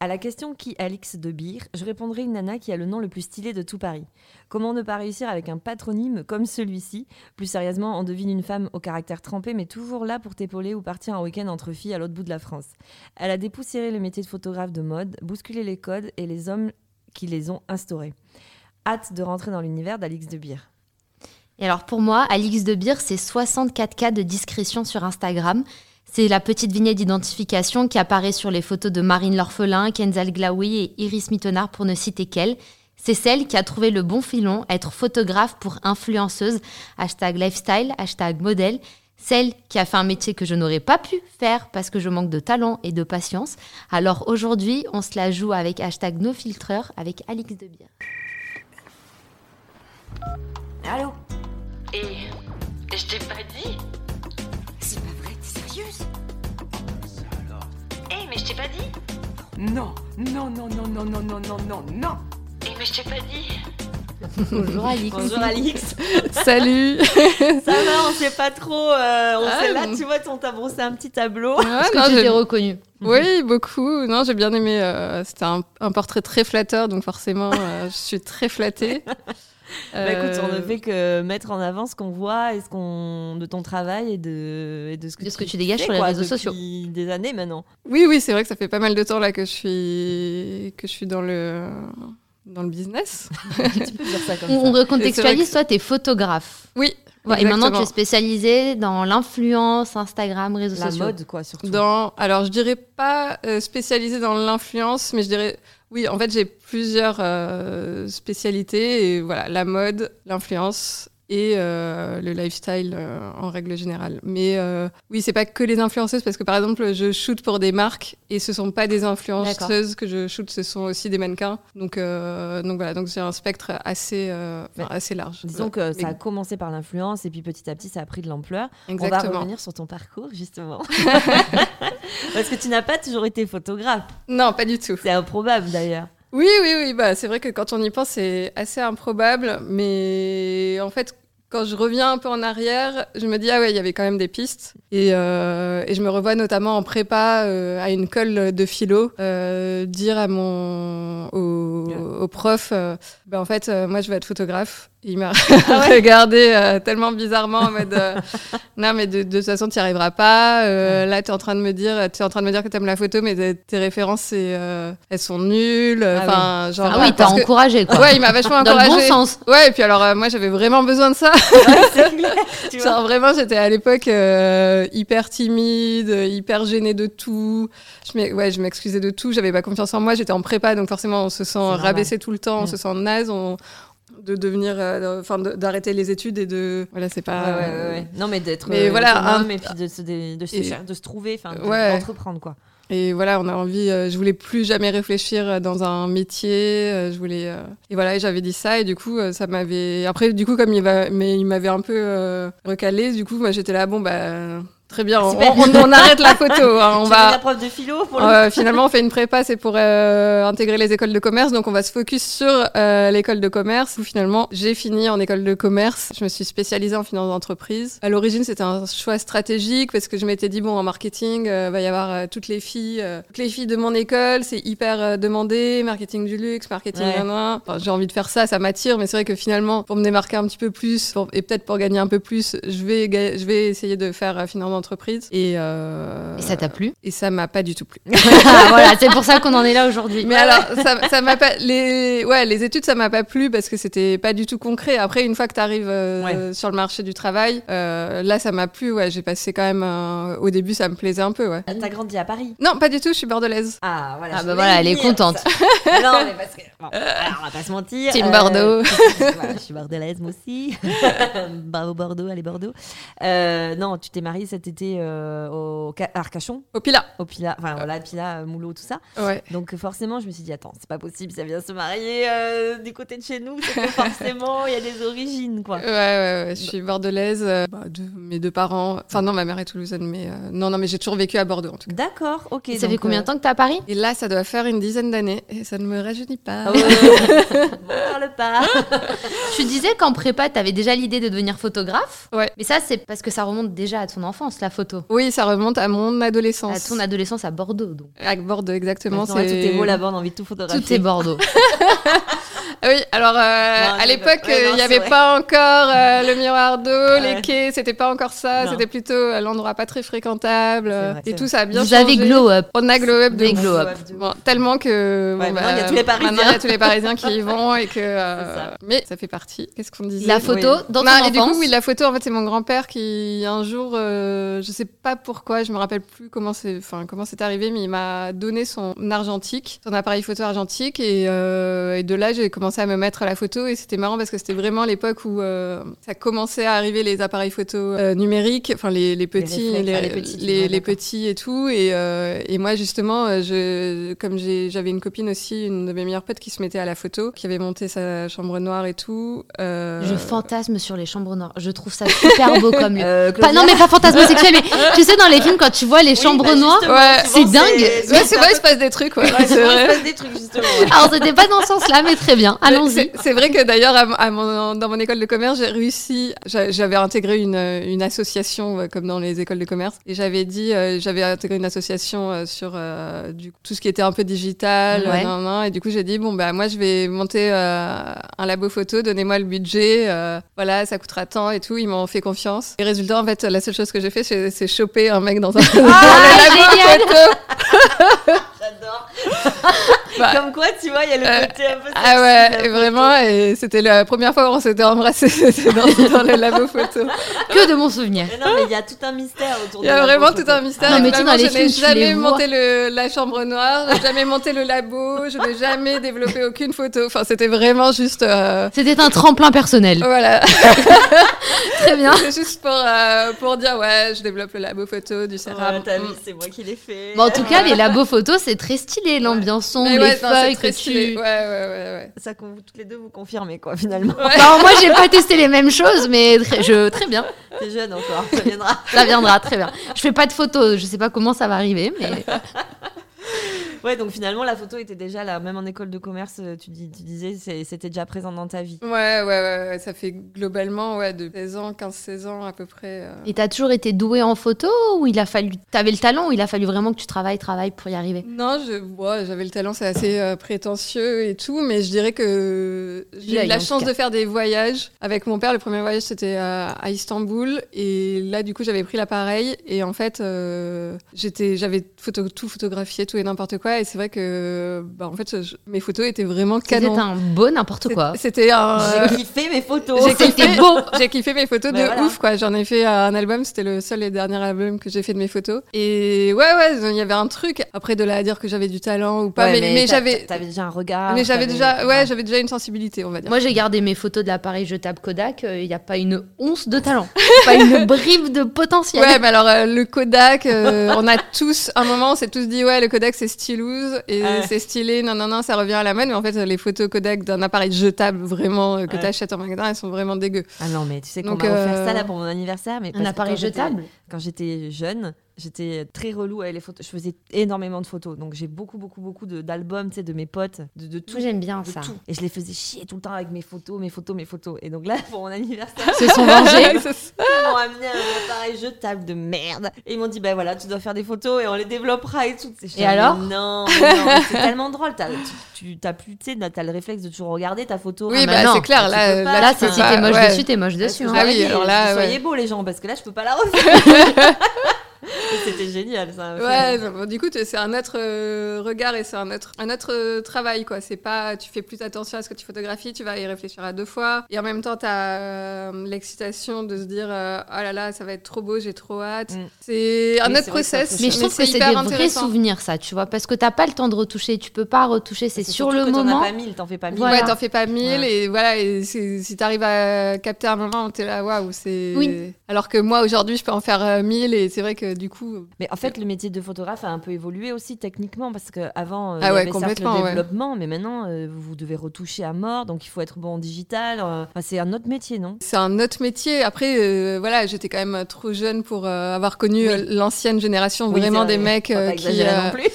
À la question qui Alix de Beer, je répondrai une nana qui a le nom le plus stylé de tout Paris. Comment ne pas réussir avec un patronyme comme celui-ci Plus sérieusement, on devine une femme au caractère trempé, mais toujours là pour t'épauler ou partir un week-end entre filles à l'autre bout de la France. Elle a dépoussiéré le métier de photographe de mode, bousculé les codes et les hommes qui les ont instaurés. Hâte de rentrer dans l'univers d'Alix de Beer. Et alors pour moi, Alix de Beer, c'est 64 cas de discrétion sur Instagram. C'est la petite vignette d'identification qui apparaît sur les photos de Marine L'Orphelin, Kenza Glaoui et Iris Mittenard pour ne citer qu'elle. C'est celle qui a trouvé le bon filon, être photographe pour influenceuse, hashtag lifestyle, hashtag modèle. Celle qui a fait un métier que je n'aurais pas pu faire parce que je manque de talent et de patience. Alors aujourd'hui, on se la joue avec hashtag nofiltreur avec Alix de Beer. Allô Et je t'ai pas dit C'est pas vrai, t'es sérieuse Eh mais je t'ai pas dit Non, non, non, non, non, non, non, non, non, non Eh mais je t'ai pas dit Bonjour Alix. Bonjour Alix Salut Ça va, on sait pas trop. euh, on Ah, sait là, bon. tu vois, on t'a brossé un petit tableau. Ouais, Est-ce non, que tu j'ai- t'es reconnue Oui, beaucoup. Non, j'ai bien aimé. euh, C'était un, un portrait très flatteur, donc forcément, euh, je suis très flattée. Bah, écoute, on Euh, ne fait que mettre en avant ce qu'on voit et ce qu'on de ton travail et de, et de ce que, De ce que tu dégages sur les quoi, réseaux depuis sociaux. des années maintenant. Oui, oui, c'est vrai que ça fait pas mal de temps là que je suis que je suis dans le dans le business. tu peux dire ça comme On, on ça. recontextualise, toi, t'es photographe. Oui, Ouais, et maintenant, tu es exactement. spécialisée dans l'influence, Instagram, réseaux La sociaux. mode, quoi, surtout. Dans alors je dirais pas euh, spécialisée dans l'influence, mais je dirais oui. En fait, j'ai plusieurs euh, spécialités et voilà, la mode, l'influence et euh, le lifestyle euh, en règle générale. Mais euh, oui, c'est pas que les influenceuses parce que par exemple, je shoot pour des marques et ce sont pas des influenceuses que je shoot, ce sont aussi des mannequins. Donc euh, donc voilà, donc j'ai un spectre assez euh, enfin, assez large. Disons que Mais- ça a commencé par l'influence et puis petit à petit ça a pris de l'ampleur. On va Exactement. revenir sur ton parcours justement. Parce que tu n'as pas toujours été photographe. Non, pas du tout. C'est improbable d'ailleurs. Oui, oui, oui. Bah, c'est vrai que quand on y pense, c'est assez improbable. Mais en fait, quand je reviens un peu en arrière, je me dis, ah ouais, il y avait quand même des pistes. Et, euh, et je me revois notamment en prépa euh, à une colle de philo, euh, dire à mon, au, au prof, euh, bah, en fait, euh, moi, je vais être photographe. Et il m'a Ah regardé euh, tellement bizarrement en mode, euh, non, mais de, de toute façon, tu n'y arriveras pas. Euh, Là, tu es en train de me dire, tu en train de me dire que tu aimes la photo, mais tes- tes références, c'est, euh, elles sont nulles. Ah Enfin, genre, Ah voilà, oui, t'as parce que- encouragé, quoi. Ouais, il m'a vachement dans le encouragé. bon sens. Ouais, et puis alors euh, moi j'avais vraiment besoin de ça. C'est clair, tu vois. Genre vraiment j'étais à l'époque euh, hyper timide, hyper gênée de tout. Je m'ex- ouais, je m'excusais de tout, j'avais pas confiance en moi, j'étais en prépa donc forcément on se sent normal. rabaissé tout le temps, Mm. on se sent naze, on de devenir euh, enfin de- d'arrêter les études et de voilà, c'est Ouais, pas ouais, ouais, ouais. Non mais d'être euh, mais euh, voilà, autonome un- et puis de se, dé- de se, Et- cher- de se trouver, enfin de- Ouais. d'entreprendre quoi. Et voilà, on a envie, euh, je voulais plus jamais réfléchir euh, dans un métier, euh, je voulais... euh, et voilà, et j'avais dit ça, et du coup, euh, ça m'avait... Après, du coup, comme il, va... mais il m'avait un peu euh, recalé, du coup, moi, j'étais là, bon, bah, très bien, on, Super. on- on arrête la photo, hein, on Tu fais la va... preuve de philo pour le euh, finalement, on fait une prépa, c'est pour euh, intégrer les écoles de commerce, donc on va se focus sur euh, l'école de commerce. Où finalement, j'ai fini en école de commerce. Je me suis spécialisée en finance d'entreprise. À l'origine, c'était un choix stratégique parce que je m'étais dit bon, en marketing, euh, va y avoir euh, toutes les filles, euh, toutes les filles de mon école, c'est hyper euh, demandé, marketing du luxe, marketing. Ouais. nanana. Enfin, j'ai envie de faire ça, ça m'attire, mais c'est vrai que finalement, pour me démarquer un petit peu plus pour- et peut-être pour gagner un peu plus, je vais, ga- je vais essayer de faire euh, finance d'entreprise. Et, euh, Et ça t'a plu et ça m'a pas du tout plu. Voilà, c'est pour ça qu'on en est là aujourd'hui. Mais alors, ça, ça m'a pas les ouais les études ça m'a pas plu parce que c'était pas du tout concret. Après une fois que t'arrives arrives sur le marché du travail, euh, là ça m'a plu. Ouais, j'ai passé quand même un- au début ça me plaisait un peu. Ouais. T'as grandi à Paris. Non, pas du tout. Je suis bordelaise. Ah voilà. Ah je bah voulais voilà, y elle est venir, contente. ça. non mais parce que bon, alors, on va pas se mentir. Team euh, Bordeaux. voilà, je suis bordelaise moi aussi. Bravo Bordeaux, allez Bordeaux. Euh, non, tu t'es mariée cet été euh, au Ca- à Arcachon, Au pila. au Pila, Ah. enfin voilà, Pila, euh, Moulot, tout ça. Ouais. Donc euh, forcément, je me suis dit attends, c'est pas possible, ça vient se marier euh, du côté de chez nous, c'est que forcément il y a des origines quoi. Ouais, ouais, ouais, je suis bordelaise. euh, bah, de mes deux parents. Enfin non, ma mère est toulousaine, mais euh, non, non, mais j'ai toujours vécu à Bordeaux en tout cas. D'accord, ok. euh, ça fait euh, combien de temps que t'es à Paris Et là, ça doit faire une dizaine d'années et ça ne me rajeunit pas. ah On parle pas. Tu disais qu'en prépa, t'avais déjà l'idée de devenir photographe. Ouais. Mais ça, c'est parce que ça remonte déjà à ton enfance. l'enfance, la photo. Oui, ça remonte à mon À adolescence. ton adolescence à Bordeaux, donc. À Bordeaux, exactement. Maintenant, ouais, tout c'est- est beau là-bas, on a envie de tout photographier. Tout est Bordeaux. Ah oui, alors euh, à non, l'époque, ouais, non, euh, il n'y c'est avait vrai. pas encore euh, le miroir d'eau, Ouais. les quais, c'était pas encore ça. Non. C'était plutôt euh, l'endroit pas très fréquentable. C'est euh, vrai, c'est et tout, ça a bien Vous changé. avez glow up. On a glow up de Des ouf. euh, glow up. Bon, tellement que Ouais, bon, maintenant, il y a tous les Parisiens. maintenant, il y a tous les Parisiens qui y vont et que euh, C'est ça. mais ça fait partie. Qu'est-ce qu'on disait La photo, dans ton Non, et du enfance. coup, oui, la photo, en fait, c'est mon grand-père qui, un jour, euh, je sais pas pourquoi, je me rappelle plus comment c'est, enfin, comment c'est arrivé, mais il m'a donné son argentique, son appareil photo argentique, et, euh, et de là, j'ai commencé à me mettre à la photo, et c'était marrant parce que c'était vraiment l'époque où euh, ça commençait à arriver les appareils photo euh, numériques, enfin, les, les petits, réflexes, ah, les les, petits, les- ouais, les d'accord. petits et tout, et, euh, et moi, justement, euh, je, comme j'ai- j'avais une copine aussi, une de mes meilleures potes qui se mettait à la photo, qui avait monté sa chambre noire et tout. euh, Je fantasme sur les chambres noires. Je trouve ça super beau comme lieu. Euh, Claudia- Pas, non, mais pas fantasme sexuel, mais tu sais, dans les films, quand tu vois les Oui, chambres bah, noires. justement, Ouais, souvent, c'est dingue. Ouais, c'est vrai, il se un passe des trucs, ouais. peu- ouais, C'est souvent, il se vrai. passe des trucs, justement. ouais. Alors, c'était pas dans ce sens-là, mais très bien. Allons-y. C'est- C'est vrai que d'ailleurs, à mon- à mon- dans mon école de commerce, j'ai réussi. j'a- J'avais intégré une, euh, une association, euh, comme dans les écoles de commerce, et j'avais dit, euh, j'avais intégré une association euh, sur euh, du, tout ce qui était un peu digital, euh, Ouais. nan, nan, et du coup, j'ai dit, bon, bah, moi, je vais monter euh, un labo photo, donnez-moi le budget, euh, voilà, ça coûtera tant et tout, ils m'ont fait confiance. Et résultat, en fait, la seule chose que j'ai fait, c'est c'est choper un mec dans un dans le labo Ah, génial. photo. J'adore. Bah. Comme quoi, tu vois, il y a Euh, le côté un peu. Ah ouais, et vraiment, et c'était la première fois où on s'était embrassés, c'était dans, dans le labo photo. Que de mon souvenir. Mais non, mais il y a tout un mystère autour de Il y a la vraiment photo. tout un mystère. Non, mais et tu sais, vraiment, dans les je n'ai films, tu les jamais vois. monté le, la chambre noire, j'ai jamais monté le labo, je n'ai jamais développé aucune photo. Enfin, c'était vraiment juste... euh, C'était un tremplin personnel. Voilà, Très bien. c'est juste pour, euh, pour dire, ouais, je développe le labo photo Oh, du Ouais, Cérame. t'as vu, Mm. c'est moi qui l'ai fait. Bon, en tout cas, les labos photos, c'est très stylé. L'ambiance sombre, Mais les ouais, non, c'est feuilles très que stylé. tu. Ouais, ouais, ouais, ouais. Ça, qu'on vous toutes les deux vous confirmez, quoi, finalement. Bah, moi, j'ai pas testé les mêmes choses, mais très, je, très bien. T'es jeune encore, ça viendra. Ça viendra, très bien. Je fais pas de photos, je sais pas comment ça va arriver, mais Ouais, donc finalement, la photo était déjà là, même en école de commerce, tu, dis, tu disais, c'est- c'était déjà présent dans ta vie. Ouais, ouais, ouais, ouais, ça fait globalement ouais, de 16 ans, 15-16 ans à peu près. euh. Et t'as toujours été doué en photo ou il a fallu, t'avais le talent ou il a fallu vraiment que tu travailles, travailles pour y arriver Non, je, ouais, j'avais le talent, c'est assez euh, prétentieux et tout, mais je dirais que j'ai L'œil, eu en la tout chance cas. de faire des voyages. Avec mon père, le premier voyage, c'était à, à Istanbul. Et là, du coup, j'avais pris l'appareil. Et en fait, euh, j'étais, j'avais photo, tout photographié, tout et n'importe quoi. Et c'est vrai que bah, en fait, je- mes photos étaient vraiment C'était canon. un beau n'importe quoi. C'était un... J'ai kiffé mes photos. J'ai C'était kiffé, beau. j'ai kiffé mes photos Mais de voilà. ouf quoi. J'en ai fait un album, c'était le seul et dernier album que j'ai fait de mes photos. Et ouais ouais, il y avait un truc. Après de là à dire que j'avais du talent ou pas, Ouais, mais, mais t'a- j'avais, T'avais déjà un regard. mais j'avais t'avais- déjà, ouais, j'avais déjà une sensibilité, on va dire. Moi, j'ai gardé mes photos de l'appareil jetable Kodak. euh, Il n'y a pas une once de talent, pas une bribe de potentiel. Ouais, mais alors euh, le Kodak, euh, on a tous, un moment, on s'est tous dit, ouais, le Kodak c'est stylouse et Ouais. c'est stylé, non, non, non, ça revient à la mode, mais en fait, les photos Kodak d'un appareil jetable vraiment euh, que Ouais. t'achètes en magasin, elles sont vraiment dégueu. Ah non, mais tu sais qu'on Donc, m'a offert euh, ça là pour mon anniversaire. Mais Un parce que appareil quand j'étais- jetable. Quand j'étais jeune, j'étais très relou avec les photos. Je faisais énormément de photos. Donc j'ai beaucoup, beaucoup, beaucoup de- d'albums, tu sais, de mes potes, de, de tout. Moi, j'aime bien de ça. tout. Et je les faisais chier tout le temps avec mes photos, mes photos, mes photos. Et donc là, pour mon anniversaire, Se sont vengés. C'est ils m'ont amené un appareil jetable de merde. Et ils m'ont dit, ben voilà, tu dois faire des photos et on les développera et tout. J'étais Et là, mais alors Non, mais non, mais c'est tellement drôle. T'as, tu, tu as plus, tu sais, t'as le réflexe de toujours regarder ta photo. Ah, Oui, bah bah, non, c'est clair, tu là, peux pas. là, Là, tu c'est peux si pas, t'es moche ouais. dessus, t'es moche Parce que dessus. je hein. Ah leur ai oui, dit, alors là, soyez ouais. beaux les gens, parce que là je peux pas la refaire. C'était génial ça. Ouais, non, bon, du coup, tu- c'est un autre euh, regard et c'est un autre, un autre euh, travail, quoi. C'est pas, tu fais plus attention à ce que tu photographies, tu vas y réfléchir à deux fois. Et en même temps, t'as euh, l'excitation de se dire, euh, oh là là, ça va être trop beau, j'ai trop hâte. Mm. C'est un Oui, autre c'est vrai que ça process, fait Mais je trouve que c'est hyper des vrais intéressant. souvenirs, ça, tu vois, parce que t'as pas le temps de retoucher, tu peux pas retoucher, c'est sur le T'en moment. as pas mille, t'en fais pas mille. Voilà. Ouais, t'en fais pas mille Ouais. et voilà, et c'est- si t'arrives à capter un moment, t'es là, waouh, c'est. Oui. Alors que moi, aujourd'hui, je peux en faire euh, mille et c'est vrai que du coup. Mais en fait, le métier de photographe a un peu évolué aussi techniquement parce que avant euh, Ah il y ouais, avait certes complètement, le ouais. développement, mais maintenant euh, vous devez retoucher à mort, donc il faut être bon en digital. euh. Enfin, c'est un autre métier, non C'est un autre métier. Après, euh, voilà, j'étais quand même trop jeune pour euh, avoir connu Oui. euh, l'ancienne génération, Oui, vraiment c'est vrai, des mecs faut pas euh, qui. exagérer euh, non plus.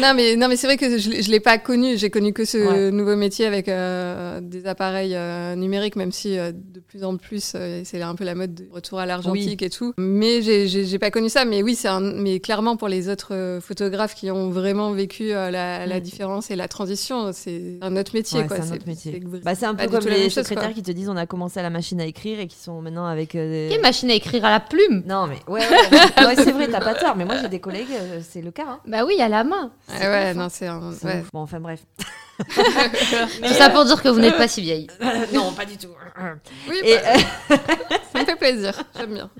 Non, mais, non, mais c'est vrai que je ne l'ai pas connu. J'ai connu que ce Ouais. nouveau métier avec euh, des appareils euh, numériques, même si euh, de plus en plus, euh, c'est un peu la mode de retour à l'argentique et tout. Mais j'ai- j'ai j'ai pas connu ça. Mais oui, c'est un- mais clairement, pour les autres euh, photographes qui ont vraiment vécu euh, la, la Mm. différence et la transition, c'est un autre métier. Ouais, quoi. c'est un autre métier. c'est- Bah, c'est un pas peu du comme tout la même les chose, quoi. secrétaires qui te disent on a commencé à la machine à écrire et qui sont maintenant avec. euh, des- Quelle machine à écrire à la plume Non, mais ouais, ouais, ouais, c'est vrai, t'as pas tort. Mais moi, j'ai des collègues, euh, c'est le cas. hein. Bah oui, à la main. Ah ouais, non, c'est un. C'est ouais. ouf. Bon, enfin, bref. Tout ça pour dire que vous n'êtes pas si vieille. non, pas du tout. Oui, Et, euh, bah, ça me fait plaisir. J'aime bien.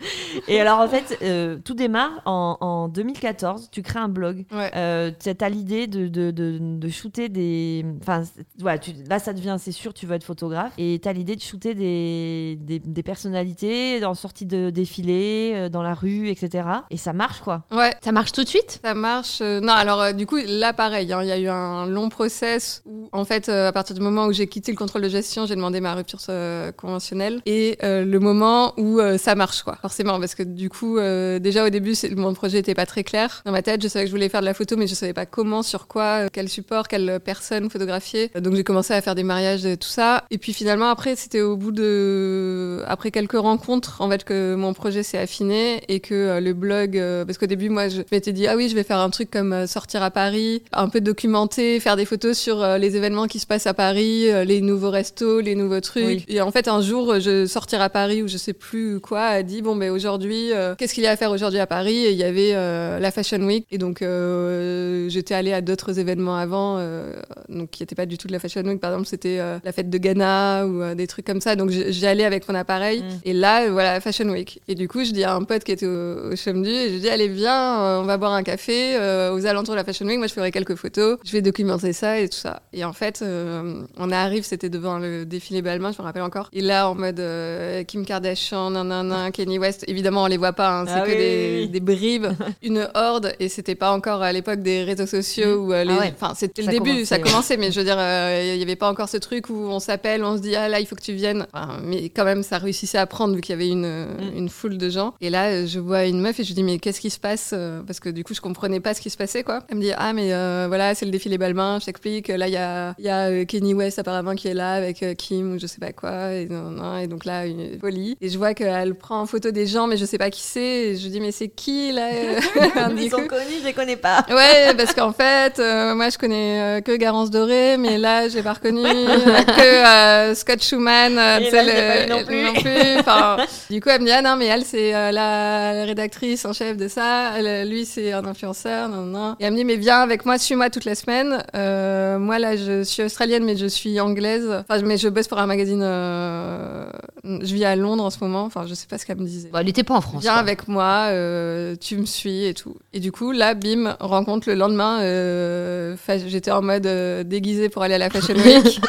Et alors, en fait, euh, tout démarre en, en 2014. Tu crées un blog. Ouais. Euh, t'as- T'as l'idée de, de, de, de shooter des. Enfin, c'est- voilà, tu- là, ça devient, c'est sûr, tu veux être photographe. Et t'as l'idée de shooter des, des, des personnalités en sortie de défilé, euh, dans la rue, etc. Et ça marche, quoi. Ouais. Ça marche tout de suite Ça marche. euh, non, alors euh, du coup, là, pareil, hein, il y a eu un long process où, en fait, euh, à partir du moment où j'ai quitté le contrôle de gestion, j'ai demandé ma rupture euh, conventionnelle et euh, le moment où euh, ça marche, quoi. Forcément, parce que du coup, euh, déjà au début, c'est- mon projet était pas très clair. Dans ma tête, je savais que je voulais faire de la photo, mais je savais pas comment, sur quoi, euh, quel support, quelle personne photographier. Euh, Donc j'ai commencé à faire des mariages, euh, tout ça. Et puis finalement, après, c'était au bout de, après quelques rencontres, en fait, que mon projet s'est affiné et que euh, le blog, euh, parce qu'au début, moi, je m'étais dit, ah oui, je vais faire un truc comme euh, sortir à Paris, un peu documenter, faire des photos sur euh, les événements qui se passent à Paris, euh, les nouveaux restos, les nouveaux trucs. Oui. Et en fait, un jour, euh, je sortir à Paris ou je sais plus quoi, a dit, bon, ben aujourd'hui, euh, qu'est-ce qu'il y a à faire aujourd'hui à Paris? Et il y avait euh, la Fashion Week. Et donc, euh, j'étais allée à d'autres événements avant, euh, donc qui n'étaient pas du tout de la Fashion Week. Par exemple, c'était euh, la fête de Ghana ou euh, des trucs comme ça. Donc j- j'y allais avec mon appareil. Mm. Et là, euh, voilà, Fashion Week. Et du coup, je dis à un pote qui était au, au Chemdu, et je dis allez viens, euh, on va boire un café euh, aux alentours de la Fashion Week. Moi, je ferai quelques photos. Je vais documenter ça et tout ça. Et en fait, euh, on arrive, c'était devant le défilé Balmain, je me rappelle encore. Et là, en mode euh, Kim Kardashian, nanana, Kanye West. Évidemment, on les voit pas. hein, c'est Ah que oui, des, oui, oui. des bribes, une horde. Et c'était pas encore à l'époque des réseaux sociaux ou euh, les. Ah ouais. Enfin, c'était le Mm. Ça début, commençait, ça ouais. commençait, mais je veux dire, euh, il n'y avait pas encore ce truc où on s'appelle, on se dit, ah là, il faut que tu viennes. Enfin, mais quand même, ça réussissait à prendre vu qu'il y avait une, euh, Mm. une foule de gens. Et là, euh, je vois une meuf et je dis, mais qu'est-ce qui se passe Euh, Parce que du coup, je comprenais pas ce qui se passait, quoi. Elle me dit, ah, mais euh, voilà, c'est le défilé Balmain, je t'explique. Là, il y a, il y a euh, Kenny West apparemment qui est là avec euh, Kim ou je sais pas quoi. Et, nan, nan, et donc là, une folie. Et je vois qu'elle prend en photo des gens, mais je sais pas qui c'est. Et je dis, mais c'est qui, là euh Du Ils coup- sont connus, je les connais pas. Ouais, parce qu'en fait, euh, moi je connais euh, que Garance Doré, mais là j'ai pas reconnu euh, que euh, Scott Schumann. euh, Et tu là, sais, je l'ai pas eu non plus. Enfin, du coup, elle me dit ah non mais elle c'est euh, la, la rédactrice en chef de ça. Elle, lui c'est un influenceur. Non non. Et elle me dit mais viens avec moi, suis-moi toute la semaine. Euh, moi là je suis australienne mais je suis anglaise. Enfin mais je bosse pour un magazine. euh, je vis à Londres en ce moment. Enfin je sais pas ce qu'elle me disait. Bon, Bah, elle était pas en France. Viens quoi. avec moi, euh, tu me suis et tout. Et du coup, là, bim, rencontre le lendemain. euh, fa- J'étais en mode déguisé déguisée pour aller à la Fashion Week.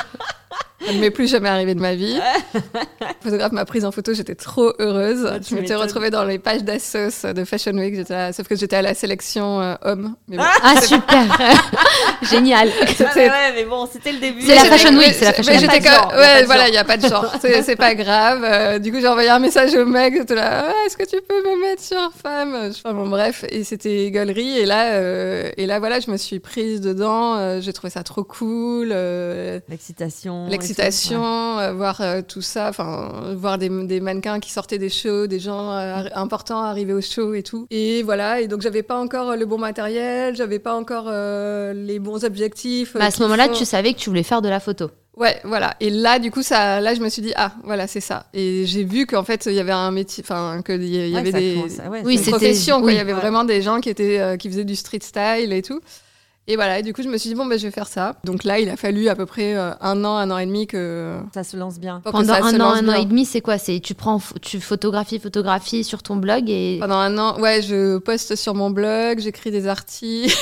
Ça ne m'est plus jamais arrivé de ma vie. Le photographe m'a prise en photo, j'étais trop heureuse. Ah, tu je m'étais m'étonnes. retrouvée dans les pages d'Assos de Fashion Week, j'étais là- sauf que j'étais à la sélection euh, homme. Mais bon. Ah super Génial Ah, mais ouais, mais bon, c'était le début. C'est la Mais Fashion j'étais- Week, c'est la mais Fashion Week. j'étais Y a pas de quand- genre, y a pas Ouais, de voilà, genre. il n'y a pas de genre. C'est c'est pas grave. Euh, du coup, j'ai envoyé un message au mec. J'étais là, Ah, est-ce que tu peux me mettre sur femme Enfin bon, bref. Et c'était galerie. Et là, euh, et là, voilà, je me suis prise dedans. euh, j'ai trouvé ça trop cool. euh, L'excitation. et tout. Ouais. L'excitation, euh, voir euh, tout ça, enfin, voir des, des mannequins qui sortaient des shows, des gens euh, arri- importants arrivés au show et tout. Et voilà, et donc j'avais pas encore le bon matériel, j'avais pas encore euh, les bons objectifs. euh, Bah, à ce qu'il moment-là, faut. tu savais que tu voulais faire de la photo. Ouais, voilà. Et là, du coup, ça, là, je me suis dit, ah, voilà, c'est ça. Et j'ai vu qu'en fait, il y avait un métier, enfin, qu'il y, il y Ouais, avait ça des commence à- ouais, Oui, une ça- c'était- profession, quoi. oui. Il y avait Ouais. vraiment des gens qui étaient, euh, qui faisaient du street style et tout. Et voilà. Et du coup, je me suis dit, bon, ben, je vais faire ça. Donc là, il a fallu à peu près euh, un an, un an et demi que. ça se lance bien. pour que Pendant ça se un an, lance un an bien. et demi, c'est quoi C'est tu prends, tu photographies, photographies sur ton blog et Pendant un an, ouais, je poste sur mon blog, j'écris des articles.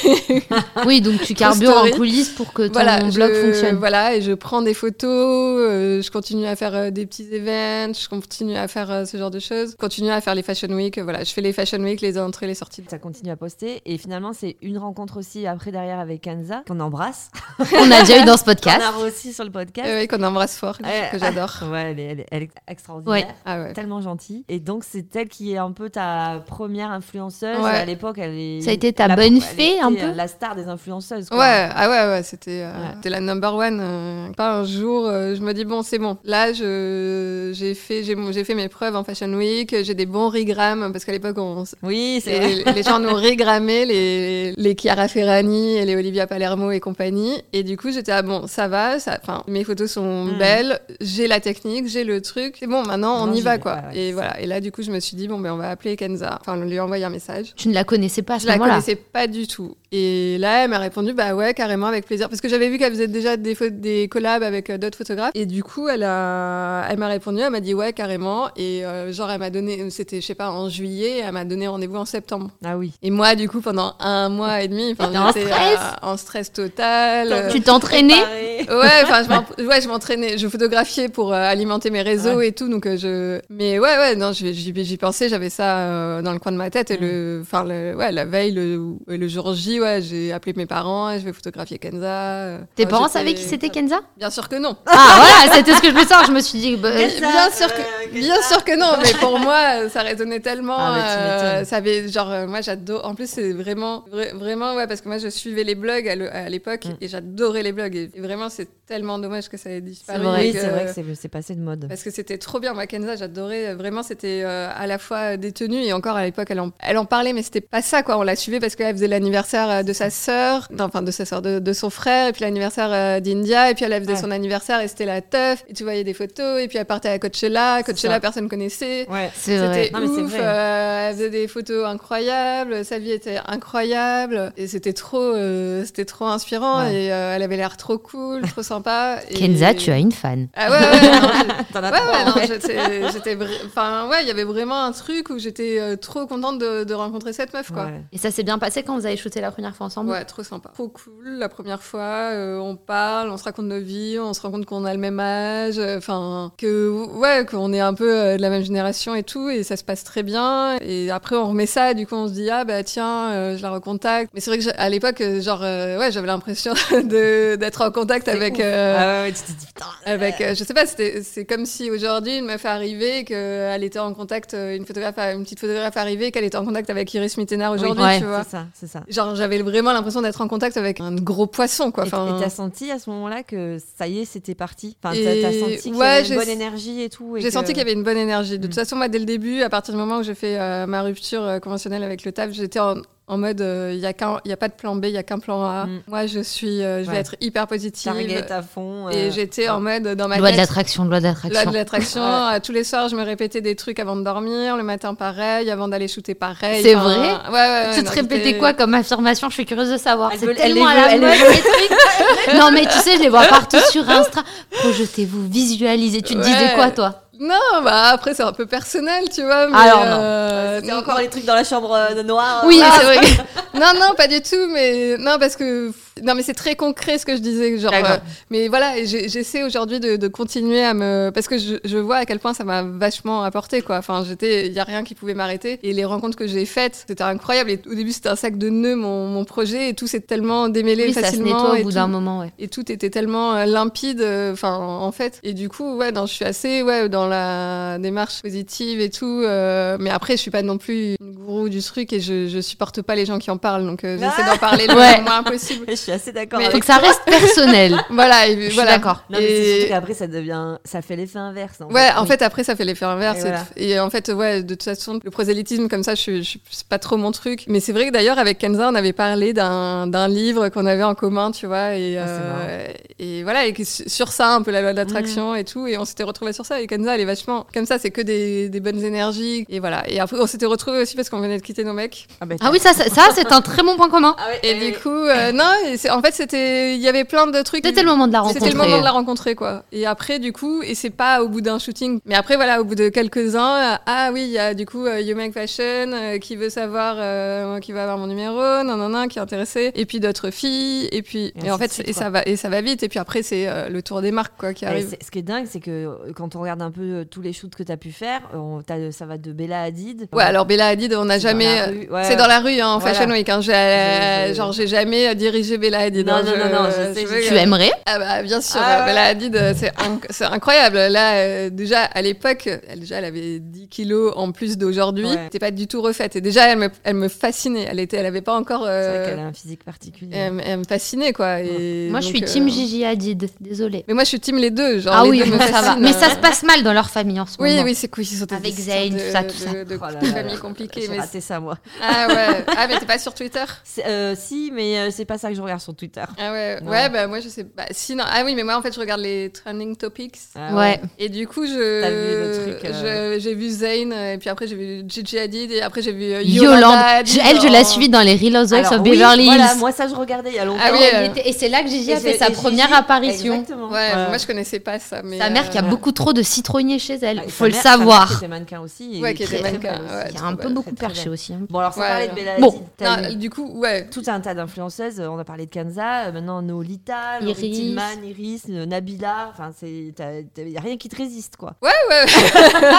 oui, donc tu carbures en story. coulisses pour que ton voilà, blog je- fonctionne. Voilà, et je prends des photos, euh, je continue à faire euh, des petits events, je continue à faire euh, ce genre de choses, je continue à faire les Fashion Week, euh, voilà, je fais les Fashion Week, les entrées, les sorties. Ça continue à poster et finalement c'est une rencontre aussi après derrière carrière avec Kanza, qu'on embrasse, On a déjà eu dans ce podcast. qu'on a aussi sur le podcast. Eh oui, qu'on embrasse fort, que- Euh, que j'adore. Ouais, elle est, elle est- elle est extraordinaire. Ah ouais. Tellement gentille. Et donc, c'est elle qui est un peu ta première influenceuse. Ouais. À l'époque, elle est. Ça a été ta la- bonne elle fée, était euh, un peu La star des influenceuses. quoi. Ouais, ah ouais, ouais, c'était euh, Ouais. c'était la number one. euh, pas un jour, euh, je me dis bon, c'est bon. Là, je- j'ai fait, j'ai mon- j'ai fait mes preuves en Fashion Week. J'ai des bons rigrammes parce qu'à l'époque, on, s- Oui, c'est vrai. les, les gens nous rigrammaient les, les Chiara Ferrani et les Olivia Palermo et compagnie. Et du coup, j'étais ah bon, ça va, ça, enfin, mes photos sont Mm. belles, j'ai la technique, j'ai le truc. Et bon, maintenant, on Non, y j'y va vais, quoi. ouais, ouais, c'est et voilà. Et là, du coup, je me suis dit bon, ben, on va appeler Kenza. Enfin, lui envoyer un message. Tu ne la connaissais pas à ce Je la moment-là. connaissais pas du tout. Et là, elle m'a répondu, bah ouais, carrément, avec plaisir. Parce que j'avais vu qu'elle faisait déjà des, pho- des collabs avec euh, d'autres photographes. Et du coup, elle a, elle m'a répondu, elle m'a dit ouais, carrément. Et euh, genre, elle m'a donné, c'était, je sais pas, en juillet, elle m'a donné rendez-vous en septembre. Ah oui. Et moi, du coup, pendant un mois et demi, enfin, T'es en j'étais, stress euh, en stress total. Euh, Tu t'entraînais Pareil. Ouais, enfin, je m'en- ouais, je m'entraînais, je photographiais pour euh, alimenter mes réseaux et tout, donc euh, je. Mais ouais, ouais, non, j'y- j'y j'y pensais, j'avais ça euh, dans le coin de ma tête et le, Mm. enfin, le, ouais, la veille, le, et le jour J, ouais, j'ai appelé mes parents et je vais photographier Kenza. euh. Tes Enfin, parents j'étais- savaient qui c'était Kenza Bien sûr que non. Ah voilà, c'était ce que je me sens. Je me suis dit, bah, Kenza, bien sûr que, euh, Kenza. bien sûr que non, mais pour moi, ça résonnait tellement. Ah, mais tu euh, m'étonnes. ça avait, genre, euh, moi, j'adore. En plus, c'est vraiment, vra- vraiment, ouais, parce que moi, je suivais les blogs à le- à l'époque Mm. et j'adorais les blogs. Et vraiment, c'est tellement dommage que ça ait C'est disparu. euh, vrai, et c'est vrai que c'est- c'est passé de mode. parce que c'était trop bien, moi Kenza, j'adorais. Vraiment, c'était euh, à la fois des tenues et encore à l'époque, elle en, elle en parlait, mais c'était pas ça quoi. On la suivait parce qu'elle faisait l'anniversaire euh, de sa sœur, non, enfin de sa sœur, de, de son frère, et puis l'anniversaire euh, d'India, et puis elle elle faisait Ouais. son anniversaire et c'était la teuf. Et tu voyais des photos, et puis elle partait à Coachella, C'est Coachella ça. personne connaissait. Ouais. c'est vrai. C'était Non, mais c'est ouf, vrai. euh, elle faisait des photos incroyables, sa vie était incroyable et c'était trop, euh, c'était trop inspirant Ouais. et euh, elle avait l'air trop cool, trop sympa. et- Kenza, tu as une fan. Ah ouais, ouais, ouais, non, j'ai- T'en as Ouais, trois, ouais, en non, fait. j'étais- j'étais. vra- Enfin, ouais, il y avait vraiment un truc où j'étais euh, trop contente de, de rencontrer cette meuf, quoi. Ouais. Ouais. Et ça s'est bien passé quand vous avez shooté la première fois ensemble trop sympa. Trop cool, la première fois, euh, on parle, on se raconte nos vies, on se rend compte qu'on a le même âge, euh, enfin, que, ouais, qu'on est un peu euh, de la même génération et tout, et ça se passe très bien. Et après, on remet ça, et du coup, on se dit, ah bah tiens, euh, je la recontacte. Mais c'est vrai que j'ai- à l'époque, euh, genre, euh, ouais, j'avais l'impression de- d'être en contact C'est avec. ouf. euh, Ah ouais, ouais, tu te dis putain. avec, euh, je sais pas, c'était- c'est comme si aujourd'hui une meuf est arrivée, et qu'elle était en contact, euh, une photographe, une petite photographe arrivée, et qu'elle était en contact avec Iris Mittenard aujourd'hui, Oui, ouais, tu vois. C'est ça, c'est ça. Genre j'avais vraiment l'impression d'être en contact avec un gros poisson, quoi. Et- Enfin, et t'as senti à ce moment-là que ça y est, c'était parti. Enfin, Et- t'as t'as senti qu'il y ouais, avait j'ai- une bonne énergie et tout. et J'ai que- senti qu'il y avait une bonne énergie. De Mm. toute façon, moi, dès le début, à partir du moment où j'ai fait euh, ma rupture euh, conventionnelle avec le taf, j'étais en, en mode, il n'y a, qu'un- y a pas de plan B, il n'y a qu'un plan A. Mm. Moi, je suis, euh, je vais Ouais. être hyper positive. Target à fond. euh, Et j'étais en mode, dans ma Loi de tête, l'attraction, loi de Là, l'attraction. de l'attraction. Ouais. euh, Tous les soirs, je me répétais des trucs avant de dormir. Le matin, pareil. Avant d'aller shooter, pareil. C'est Enfin, vrai Ouais, ouais, ouais, Tu Euh, non, te répétais j'étais- quoi comme affirmation Je suis curieuse de savoir. Elle veut- C'est elle les tellement à la veut, elle mode, les ces trucs. Non, mais tu sais, je les vois partout sur Insta. Projetez-vous, visualisez. Tu te disais Ouais. quoi, toi Non, bah après, c'est un peu personnel, tu vois. Mais, Ah, Alors, non. euh, C'était encore les trucs dans la chambre euh, de noir. Oui, ah, c'est vrai. Non, non, pas du tout. Mais non, parce que non, mais c'est très concret ce que je disais. Genre, D'accord. euh, mais voilà, et j'ai- j'essaie aujourd'hui de, de continuer à me parce que je, je vois à quel point ça m'a vachement apporté quoi. Enfin, j'étais, il y a rien qui pouvait m'arrêter. Et les rencontres que j'ai faites, c'était incroyable. Et au début, c'était un sac de nœuds mon, mon projet et tout s'est tellement démêlé Oui, ça se facilement. nettoie et au bout tout. d'un moment, ouais. et tout était tellement euh, limpide euh, enfin en fait et du coup ouais non, je suis assez ouais dans la démarche positive et tout euh, mais après je suis pas non plus une gourou du truc et je, je supporte pas les gens qui en parlent donc euh, j'essaie d'en parler le Ah Ouais. moins possible Je suis assez d'accord. Mais- avec Faut que ça reste personnel. voilà et Je suis voilà d'accord. Non, mais c'est Et- surtout qu'après, ça devient. Ça fait l'effet inverse. Ouais, en fait, après, ça fait l'effet inverse. Et Et, voilà. et en fait, ouais, de toute façon, le prosélytisme, comme ça, je, suis- je, suis- c'est pas trop mon truc. Mais c'est vrai que d'ailleurs, avec Kenza, on avait parlé d'un d'un livre qu'on avait en commun, tu vois. Et, Ah, c'est euh, et voilà, et que su- sur ça, un peu la loi de l'attraction et tout. Et on s'était retrouvés sur ça. Et Kenza, elle est vachement comme ça, c'est que des, des bonnes énergies. Et voilà. Et après, on s'était retrouvés aussi parce qu'on venait de quitter nos mecs. Ah, bah, Ah oui, ça, ça, ça, c'est un très bon point commun. Ah ouais, Et du coup, euh, non, et c'est- en fait, c'était, il y avait plein de trucs. C'était le moment de la rencontre. C'était le moment de la rencontrer, quoi. Et après, du coup, et c'est pas au bout d'un shooting, mais après, voilà, au bout de quelques-uns, euh, ah oui, il y a du coup euh, You Make Fashion euh, qui veut savoir, euh, qui va avoir mon numéro, non, non, non, qui est intéressé, et puis d'autres filles, et puis, Et et, ainsi en de fait, suite, et quoi. ça va, et ça va vite, et puis après, c'est euh, le tour des marques, quoi, qui Et arrive. c'est- ce qui est dingue, c'est que euh, quand on regarde un peu peu euh, tous les shoots que tu as pu faire. Euh, on- t'as- ça va de Bella Hadid. Ouais, alors Bella Hadid, on n'a C'est dans jamais. euh, la rue, ouais. C'est dans la rue, hein, en Voilà. Fashion Week. Hein. J'ai- Je- je- Genre, j'ai jamais euh, dirigé Bella Hadid. Non, hein. non, non, non, je sais, je Tu aimerais Ah bah bien sûr, Ah euh, ouais. Bella Hadid, euh, c'est inc- c'est incroyable. Là, euh, déjà à l'époque, elle, déjà, elle avait 10 kilos en plus d'aujourd'hui. Ouais. Elle n'était pas du tout refaite. Et déjà, elle me, elle me fascinait. Elle était, elle avait pas encore. C'est euh, vrai qu'elle a un physique particulier. elle, me- elle me fascinait quoi. Et Moi, je donc, suis euh, team Gigi Hadid, désolée. Mais moi, je suis team les deux. Genre, Ah les oui, deux me bon, ça va. fascinent. euh, Mais ça se passe mal dans leur famille en ce Oui, moment. oui, c'est cool. Ils sont des Avec histoires Zayn, de- tout ça, tout ça. De, de- Oh là de là famille là, compliquée. J'ai mais- raté ça, moi. Ah ouais. Ah mais t'es pas sur Twitter C'est- euh, si, mais euh, c'est pas ça que je regarde sur Twitter. Ah ouais, Non. ouais, bah moi je sais pas. Si, non. Ah oui, mais moi en fait je regarde les trending topics. Ah Ouais. Et du coup, je, T'as vu le truc, euh. je- j'ai vu Zayn, et puis après j'ai vu Gigi Hadid, et après j'ai vu euh, Yolanda. oh. Yolande. Hadid Je- elle, je en- l'ai suivie dans les Real Housewives Alors, of oui, Beverly Hills. Voilà, moi ça je regardais il y a longtemps. Ah oui, Et elle euh, était- Et c'est là que Gigi Et a fait j'ai- sa et première Gigi, apparition. exactement. Ouais, moi je connaissais pas ça. Mais euh, Sa mère qui a Ouais. beaucoup trop de citronniers chez elle, Ah, et faut sa le mère- sa mère Qui savoir. était mannequin aussi. et Ouais, qui très, était très mannequin, belle aussi. ouais. Qui a un trop peu belle, beaucoup très, très perché belle. aussi. hein. Bon, alors sans Ouais, parler de alors. Bella Bon. Hadid, t'as Non, eu du coup, ouais. tout un tas d'influenceuses. euh, On a parlé de Kanza, euh, maintenant Nolita, Laurie Iris. Tillman, Iris, euh, Nabila. Enfin, c'est t'as- t'as- y a rien qui te résiste quoi.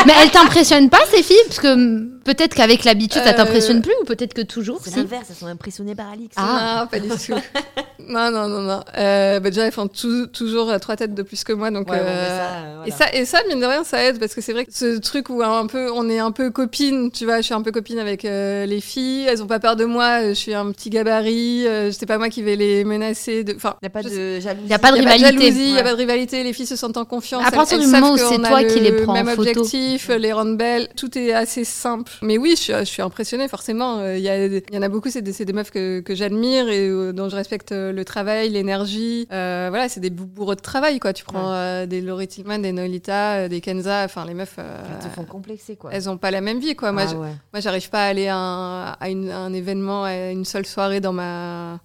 Mais elle t'impressionne pas ces filles Parce que hum, peut-être qu'avec l'habitude, ça Euh, t'impressionne plus ou peut-être que toujours C'est si. l'inverse, elles sont impressionnées par Alix. Ah. Non, pas du tout. non, non, non, non. Euh, bah, déjà, elles font tou- toujours euh, trois têtes de plus que moi, donc. Ouais, bon, bah, euh, ça, euh, voilà. Et ça, et ça, mine de rien, ça aide parce que c'est vrai que ce truc où hein, un peu, on est un peu copine, tu vois, je suis un peu copine avec euh, les filles, elles ont pas peur de moi, euh, je suis un petit gabarit, euh, c'est pas moi qui vais les menacer. De... Enfin, Y a pas je sais- de jalousie. Y a pas de y a rivalité. Pas de jalousie, y Ouais. a pas de rivalité, les filles se sentent en confiance. À partir elles- du elles moment savent où c'est qu'on a toi qui le les prends en même photo. objectif, les rendre belles, tout est assez simple. Mais oui, je, suis- je suis impressionnée, forcément. Euh, Il y, a- y en a beaucoup, c'est des, c'est des meufs que, que j'admire et euh, dont je respecte euh, le travail, l'énergie. Euh, voilà, c'est des bou- bourreaux de travail, quoi. Tu prends euh, des Laurie Tillman, des Nolita, euh, des Kenza, enfin, les meufs. euh, Elles te font complexer quoi. elles ont pas la même vie, quoi. Moi, Ah je- ouais. moi, j'arrive pas à aller à un, à une- à un événement, à une seule soirée dans ma,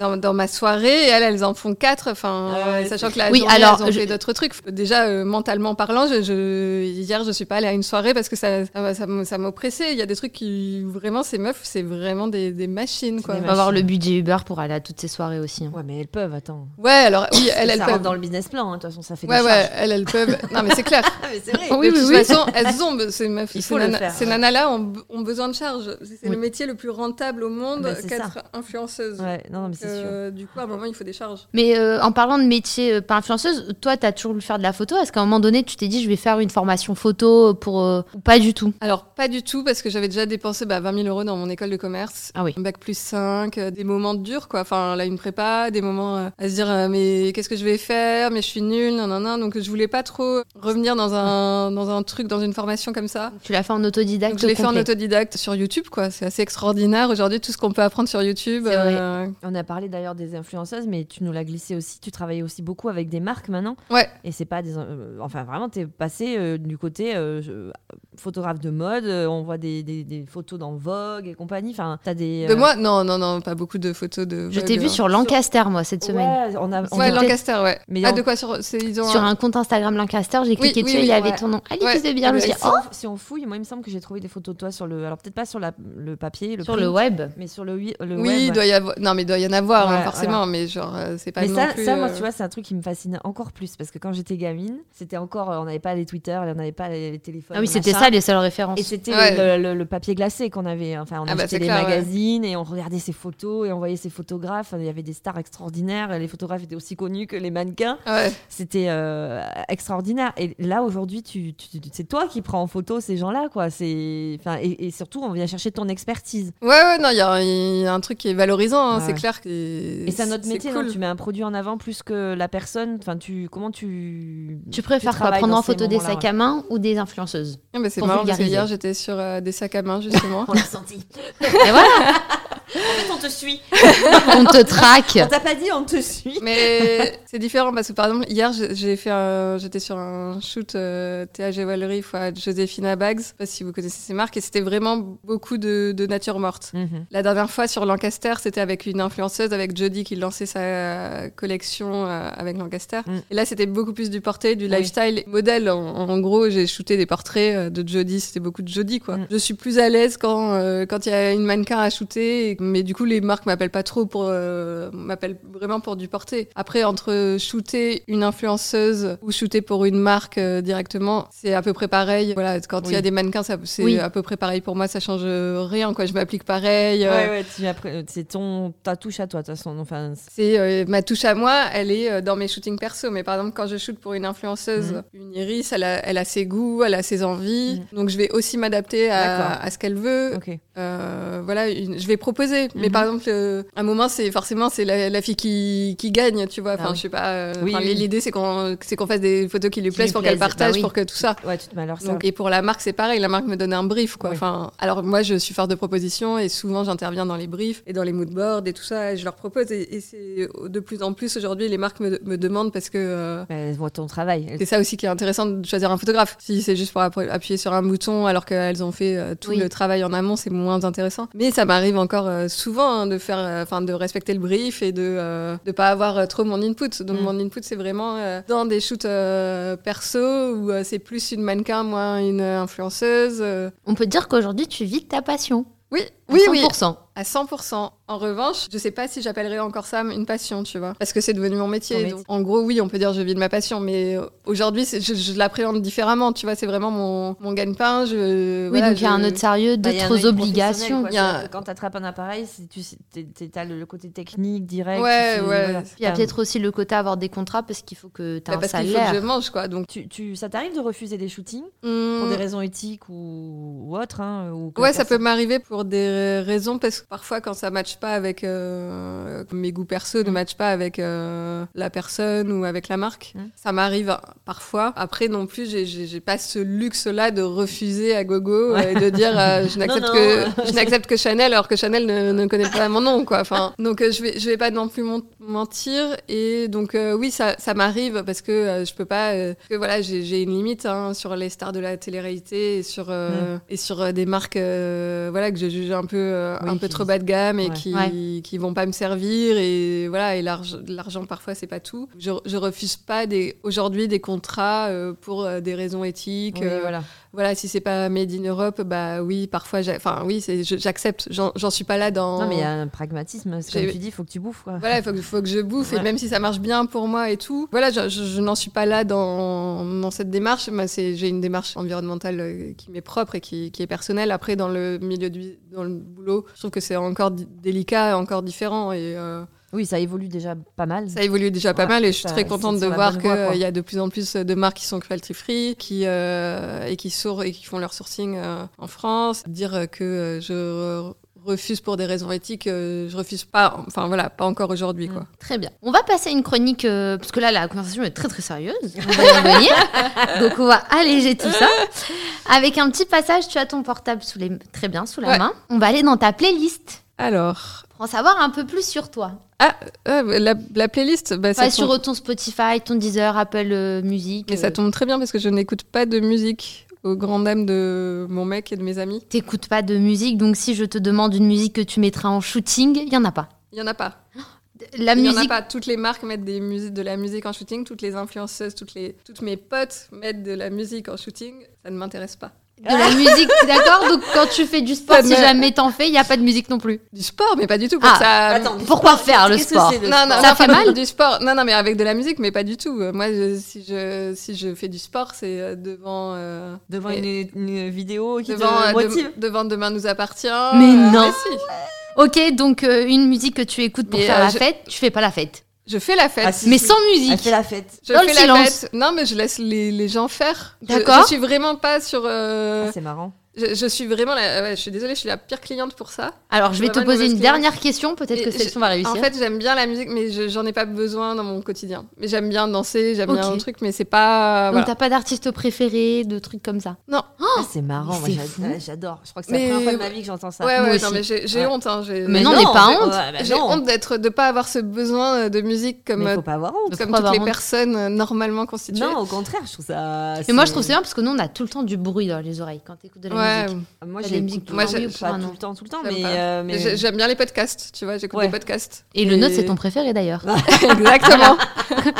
dans, dans ma soirée. Et elles, elles en font quatre. Enfin, Ah ouais, sachant c'est- que la Oui, journée, alors, elles ont je- fait d'autres trucs. Déjà, euh, mentalement parlant, je, je- hier, je suis pas allée à une soirée parce que ça, ça, m'a- ça m'a- ça m'oppressait. Il y a des trucs qui, vraiment, ces meufs, c'est vraiment des, des machines, quoi. C'est On des va avoir le machine. budget Uber pour aller à toutes ces soirées aussi. hein. Ouais, mais elles peuvent, attends. Ouais, alors, oui, elles, elles ça peuvent. rentre dans le business plan, hein, de toute façon, ça fait Ouais, des ouais, charges. elles, elles peuvent. Non, mais c'est clair. Ah, mais c'est vrai. Oui, de oui, toute oui. façon, elles ont, ces meufs, Il ces, faut le nanas- faire, ces ouais. nanas-là ont, ont besoin de charge. C'est Oui. le métier le plus rentable au monde Ben, c'est qu'être influenceuse. Ouais, non, non, mais c'est sûr. Euh, du coup, à un moment, il faut des charges. Mais euh, en parlant de métier euh, pas influenceuse, toi, t'as toujours voulu faire de la photo. Est-ce qu'à un moment donné, tu t'es dit, je vais faire une formation photo pour euh, ou pas du tout Alors, pas du tout, parce que j'avais déjà dépensé bah, 20 000 euros dans mon école de commerce. Ah oui. Un bac plus 5, euh, des moments durs, quoi. Enfin, là, une prépa, des moments euh, à se dire, euh, mais qu'est-ce que je vais faire Mais je suis nulle, non, non, non. Donc, je voulais pas trop revenir dans un, dans un truc, dans une formation comme ça. Tu l'as fait en autodidacte Donc, je l'ai fait en complet. autodidacte sur YouTube, quoi. C'est assez extraordinaire aujourd'hui, tout ce qu'on peut apprendre sur YouTube. C'est vrai. euh, On a parlé d'ailleurs des influenceuses, mais tu nous l'as glissé aussi. Tu travailles aussi beaucoup avec des marques maintenant. Ouais. Et c'est pas des. euh, enfin, vraiment, t'es passé euh, du côté euh, je- photographe de mode. euh, on voit des, des- des photos dans Vogue et compagnie. Enfin, t'as des. De euh, moi Non, non, non, pas beaucoup de photos de. Je Vogue, t'ai hein. vu sur Lancaster, moi, cette semaine. euh, Ouais, on a. on Ouais, a- Lancaster, ouais. Mais ah, on- de quoi sur, c'est- ils ont Sur un compte Instagram Lancaster, j'ai cliqué oui, dessus, oui, il y avait ouais. bah, ton nom. Alice Ouais. de Bière, je me si, suis dit, on, oh si on fouille, moi, il me semble que j'ai trouvé des photos de toi sur le. Alors, peut-être pas sur la- le papier, le Sur le print, web. Mais sur le, wi- le Oui, web. il doit y avoir. Non, mais il doit y en avoir, hein, Ouais, forcément, mais genre, euh, c'est pas mais non ça, plus. ça, moi, euh, tu vois, c'est un truc qui me fascine encore plus parce que quand j'étais gamine, c'était encore, euh, on n'avait pas les Twitter, on n'avait pas les, les téléphones. Ah oui, les c'était machins. ça les seules références. Et c'était Ouais. le, le- le papier glacé qu'on avait. Enfin, on Ah bah, achetait c'est des clair, ouais. magazines et on regardait ces photos et on voyait ces photographes. Il y avait des stars extraordinaires. Les photographes étaient aussi connus que les mannequins. Ouais. C'était euh, extraordinaire. Et là, aujourd'hui, tu, tu- tu- c'est toi qui prends en photo ces gens-là, quoi. C'est, enfin, et, et surtout, on vient chercher ton expertise. ouais, ouais, non, il y, a un- il y a un truc qui est valorisant, hein, Ouais, c'est ouais. clair. Et, Et c'est notre métier. hein, non cool. tu mets un produit en avant plus que la personne. Enfin, tu, comment tu, Tu préfères quoi travailles Prendre dans en ces photo des moments-là, sacs à main ou des influenceuses Ah, bah, c'est pour marrant parce que vulgariser. hier, j'étais sur euh, des sacs à main, justement. On l'a senti. Et voilà, En fait, on te suit. on te traque. On t'a pas dit, on te suit. mais c'est différent parce que, par exemple, hier, j'ai- j'ai fait un- j'étais sur un shoot euh, TH Jewelry fois Joséphina Bags. Je sais pas si vous connaissez ces marques, et c'était vraiment beaucoup de, de nature morte. Mm. Mhm. La dernière fois sur Lancaster, c'était avec une influenceuse, avec Jodie qui lançait sa euh, collection euh, avec Lancaster. Mm. Et là, c'était beaucoup plus du portrait, du Oui. lifestyle. Modèle, en, en gros, j'ai shooté des portraits euh, de Jodie, c'était beaucoup de Jodie, quoi. Mm. Je suis plus à l'aise quand euh, quand il y a une mannequin à shooter, et- mais du coup, les marques m'appellent pas trop pour... euh, m'appellent vraiment pour du portrait. Après, entre de shooter une influenceuse ou shooter pour une marque euh, directement, c'est à peu près pareil. Voilà, quand il y a Oui. des mannequins, ça- c'est Oui. à peu près pareil pour moi, ça change rien, quoi. Je m'applique pareil. euh, Ouais, ouais, tu appré- c'est ton, ta touche à toi, de toute façon. Enfin, c'est- C'est euh, ma touche à moi, elle est euh, dans mes shootings perso. Mais par exemple, quand je shoote pour une influenceuse, Mm. une Iris, elle a, elle a ses goûts, elle a ses envies. Donc je vais aussi m'adapter à, D'accord. à ce qu'elle veut. ok. Euh, voilà, une- je vais proposer. Mais Mhm. par exemple, euh, un moment, c'est forcément c'est la, la fille qui, qui gagne, tu vois. Enfin, Ah oui. je sais pas. euh, Oui, enfin, oui. L'idée, c'est qu'on c'est qu'on fasse des photos qui lui Qui plaisent lui pour qu'elle plaisent, bah partage, oui. pour que tout ça. Ouais, tu te mets à leur Donc, et pour la marque, c'est pareil. La marque me donne un brief, quoi. Oui. Enfin, alors moi, je suis force de proposition et souvent j'interviens dans les briefs et dans les mood boards et tout ça. Et je leur propose et, et c'est de plus en plus aujourd'hui les marques me, me demandent parce que euh, Ben, elles voient ton travail. Elles- c'est ça aussi qui est intéressant de choisir un photographe. Si c'est juste pour appro- appuyer sur un bouton alors qu'elles ont fait euh, tout Oui. le travail en amont, c'est moins intéressant. Mais ça m'arrive encore euh, souvent hein, de faire, euh, enfin, de respecter le brief et de euh, de pas avoir euh, trop mon input. Donc Mm. mon input, c'est vraiment euh, dans des shoots euh, perso où euh, c'est plus une mannequin, moins une euh, influenceuse. euh. On peut dire qu'aujourd'hui, tu vis de ta passion. Oui, à oui, oui, 100%. à 100%. En revanche, je sais pas si j'appellerais encore ça une passion, tu vois. Parce que c'est devenu mon métier. Ton métier. Donc, en gros, oui, on peut dire je vis de ma passion, mais euh, aujourd'hui, c'est- je, je l'appréhende différemment, tu vois. C'est vraiment mon, mon gagne-pain. Je, Oui, voilà, donc il y a je- un autre sérieux, Bah, il y a un d'autres œil professionnel, obligations. quoi. Il y a un- C'est-à-dire que Quand tu attrapes un appareil, c'est- tu as le côté technique, direct. tu Ouais, sais, ouais. voilà. Puis Il y a Enfin, peut-être aussi le côté avoir des contrats parce qu'il faut que tu Bah, aies un parce qu'il faut que je salaire. mange, quoi. Donc, tu, tu- ça t'arrive de refuser des shootings pour hum, des raisons éthiques ou, ou autres hein, ou que Ouais, la ça peut personne- m'arriver pour des raisons parce que parfois quand ça matche pas avec euh, mes goûts perso, ne Mm. matche pas avec euh, la personne ou avec la marque, Mm. ça m'arrive euh, parfois. Après non plus, j'ai- j'ai j'ai pas ce luxe-là de refuser à gogo euh, et de dire euh, je n'accepte non, que je n'accepte que Chanel alors que Chanel ne, ne connaît pas mon nom quoi. Enfin donc euh, je vais je vais pas non plus mon- mentir et donc euh, oui ça ça m'arrive parce que euh, je peux pas euh, parce que voilà j'ai j'ai une limite hein, sur les stars de la télé-réalité et sur Mm. euh, et sur euh, des marques euh, voilà que je juge un peu euh, Oui, un peu qui- trop bas de gamme et Ouais. qui qui vont pas me servir et voilà et l'arge- l'argent parfois c'est pas tout. Je, je refuse pas des aujourd'hui des contrats euh, pour euh, des raisons éthiques Oui, euh, voilà. voilà, si c'est pas made in Europe, bah oui, parfois, j'ai- enfin oui, c'est- je- j'accepte. J'en j'en suis pas là dans. Non, mais euh, il y a un pragmatisme. c'est J'ai- Comme tu dis, il faut que tu bouffes. Quoi. Voilà, il faut, que- faut que je bouffe, Ouais. et même si ça marche bien pour moi et tout, voilà, je, je- je n'en suis pas là dans, dans cette démarche. Moi, c'est- j'ai une démarche environnementale euh, qui m'est propre et qui, qui est personnelle. Après, dans le milieu du dans le boulot, je trouve que c'est encore di- délicat, encore différent, et euh, Oui, ça évolue déjà pas mal. ça évolue déjà pas Ouais, mal. Et je suis ça- très c'est contente de sur la voir bonne qu'il voie, quoi. y a de plus en plus euh, de marques qui sont cruelty free, qui euh, et qui sourd- et qui font leur sourcing euh, en France. Dire euh, que euh, je re- refuse pour des raisons éthiques, euh, je refuse pas. Enfin voilà, pas encore aujourd'hui, Mm. quoi. Très bien. On va passer à une chronique, euh, parce que là, la conversation est très très sérieuse. On va y revenir. Donc, on va alléger tout ça. Avec un petit passage, tu as ton portable sous les... très bien sous la Ouais. main. On va aller dans ta playlist Alors. pour en savoir un peu plus sur toi. Ah, la, la playlist, bah, Enfin, ça, sur tombe, ton Spotify, ton Deezer, Apple euh, Music. mais ça euh, tombe très bien parce que je n'écoute pas de musique aux grandes dames de mon mec et de mes amis. T'écoutes pas de musique, donc si je te demande une musique que tu mettras en shooting, il y en a pas. Il y en a pas. La Il y en a musique, pas. Toutes les marques mettent des musi- de la musique en shooting, toutes les influenceuses, toutes, les, toutes mes potes mettent de la musique en shooting. Ça ne m'intéresse pas. de la musique, d'accord Donc quand tu fais du sport, Ça si me- jamais t'en fais, il y a pas de musique non plus. Du sport, mais pas du tout. Pour Ah, que ça... Pourquoi faire le Qu'est-ce que sport c'est, le Non, non, Ça non, fait pardon, mal du sport. Non, non, mais avec de la musique, mais pas du tout. Euh, Moi, je- si, je, si je fais du sport, c'est euh, devant. euh, Devant et- une, une vidéo qui devant, euh, te de- motive. devant Demain nous appartient. Mais Euh, non. si. Ok, donc euh, une musique que tu écoutes pour Mais, faire euh, la je- fête, tu fais pas la fête. Je fais la fête. Ah, si, Mais si. sans Elle musique. fait la fête. Je Dans le fais la silence. fête. Non, mais je laisse les, les gens faire. Je- D'accord. Je, suis vraiment pas sur. euh, Ah, c'est marrant. je, je suis vraiment. La, ouais, je suis désolée, je suis la pire cliente pour ça. Alors je vais te Vraiment poser mauvaise une cliente. dernière question, peut-être Et que je- celle-ci on va réussir. En fait, j'aime bien la musique, mais je- j'en ai pas besoin dans mon quotidien. Mais j'aime bien danser, j'aime bien Ok. un truc, mais c'est pas. donc Ah, voilà. t'as pas d'artiste préféré, de trucs comme ça. Ah, c'est marrant. Moi, c'est j'a- fou. ah, j'adore. Je crois que c'est Mais- la première fois de ma vie que j'entends ça. Ouais, moi ouais, aussi. non, mais j'ai j'ai Ouais. honte. hein, j'ai- Mais non, n'aie pas honte. ouais, bah j'ai non. honte d'être de pas avoir ce besoin de musique comme, Mais euh, faut pas avoir honte. faut comme pas toutes avoir les honte. personnes euh, normalement constituées. Non, au contraire, je trouve ça. Mais moi je trouve c'est bien parce que nous on a tout le temps du bruit dans les oreilles quand t'écoutes de la Ouais. musique. Moi, T'as j'ai des musiques moi, pour un j'ai- oui ou pour pas un tout non. le temps, tout le temps, J'aime mais, pas. euh, mais- J'ai- J'aime bien les podcasts, tu vois, j'écoute Ouais. des podcasts. Et le nôtre c'est ton préféré d'ailleurs. Exactement.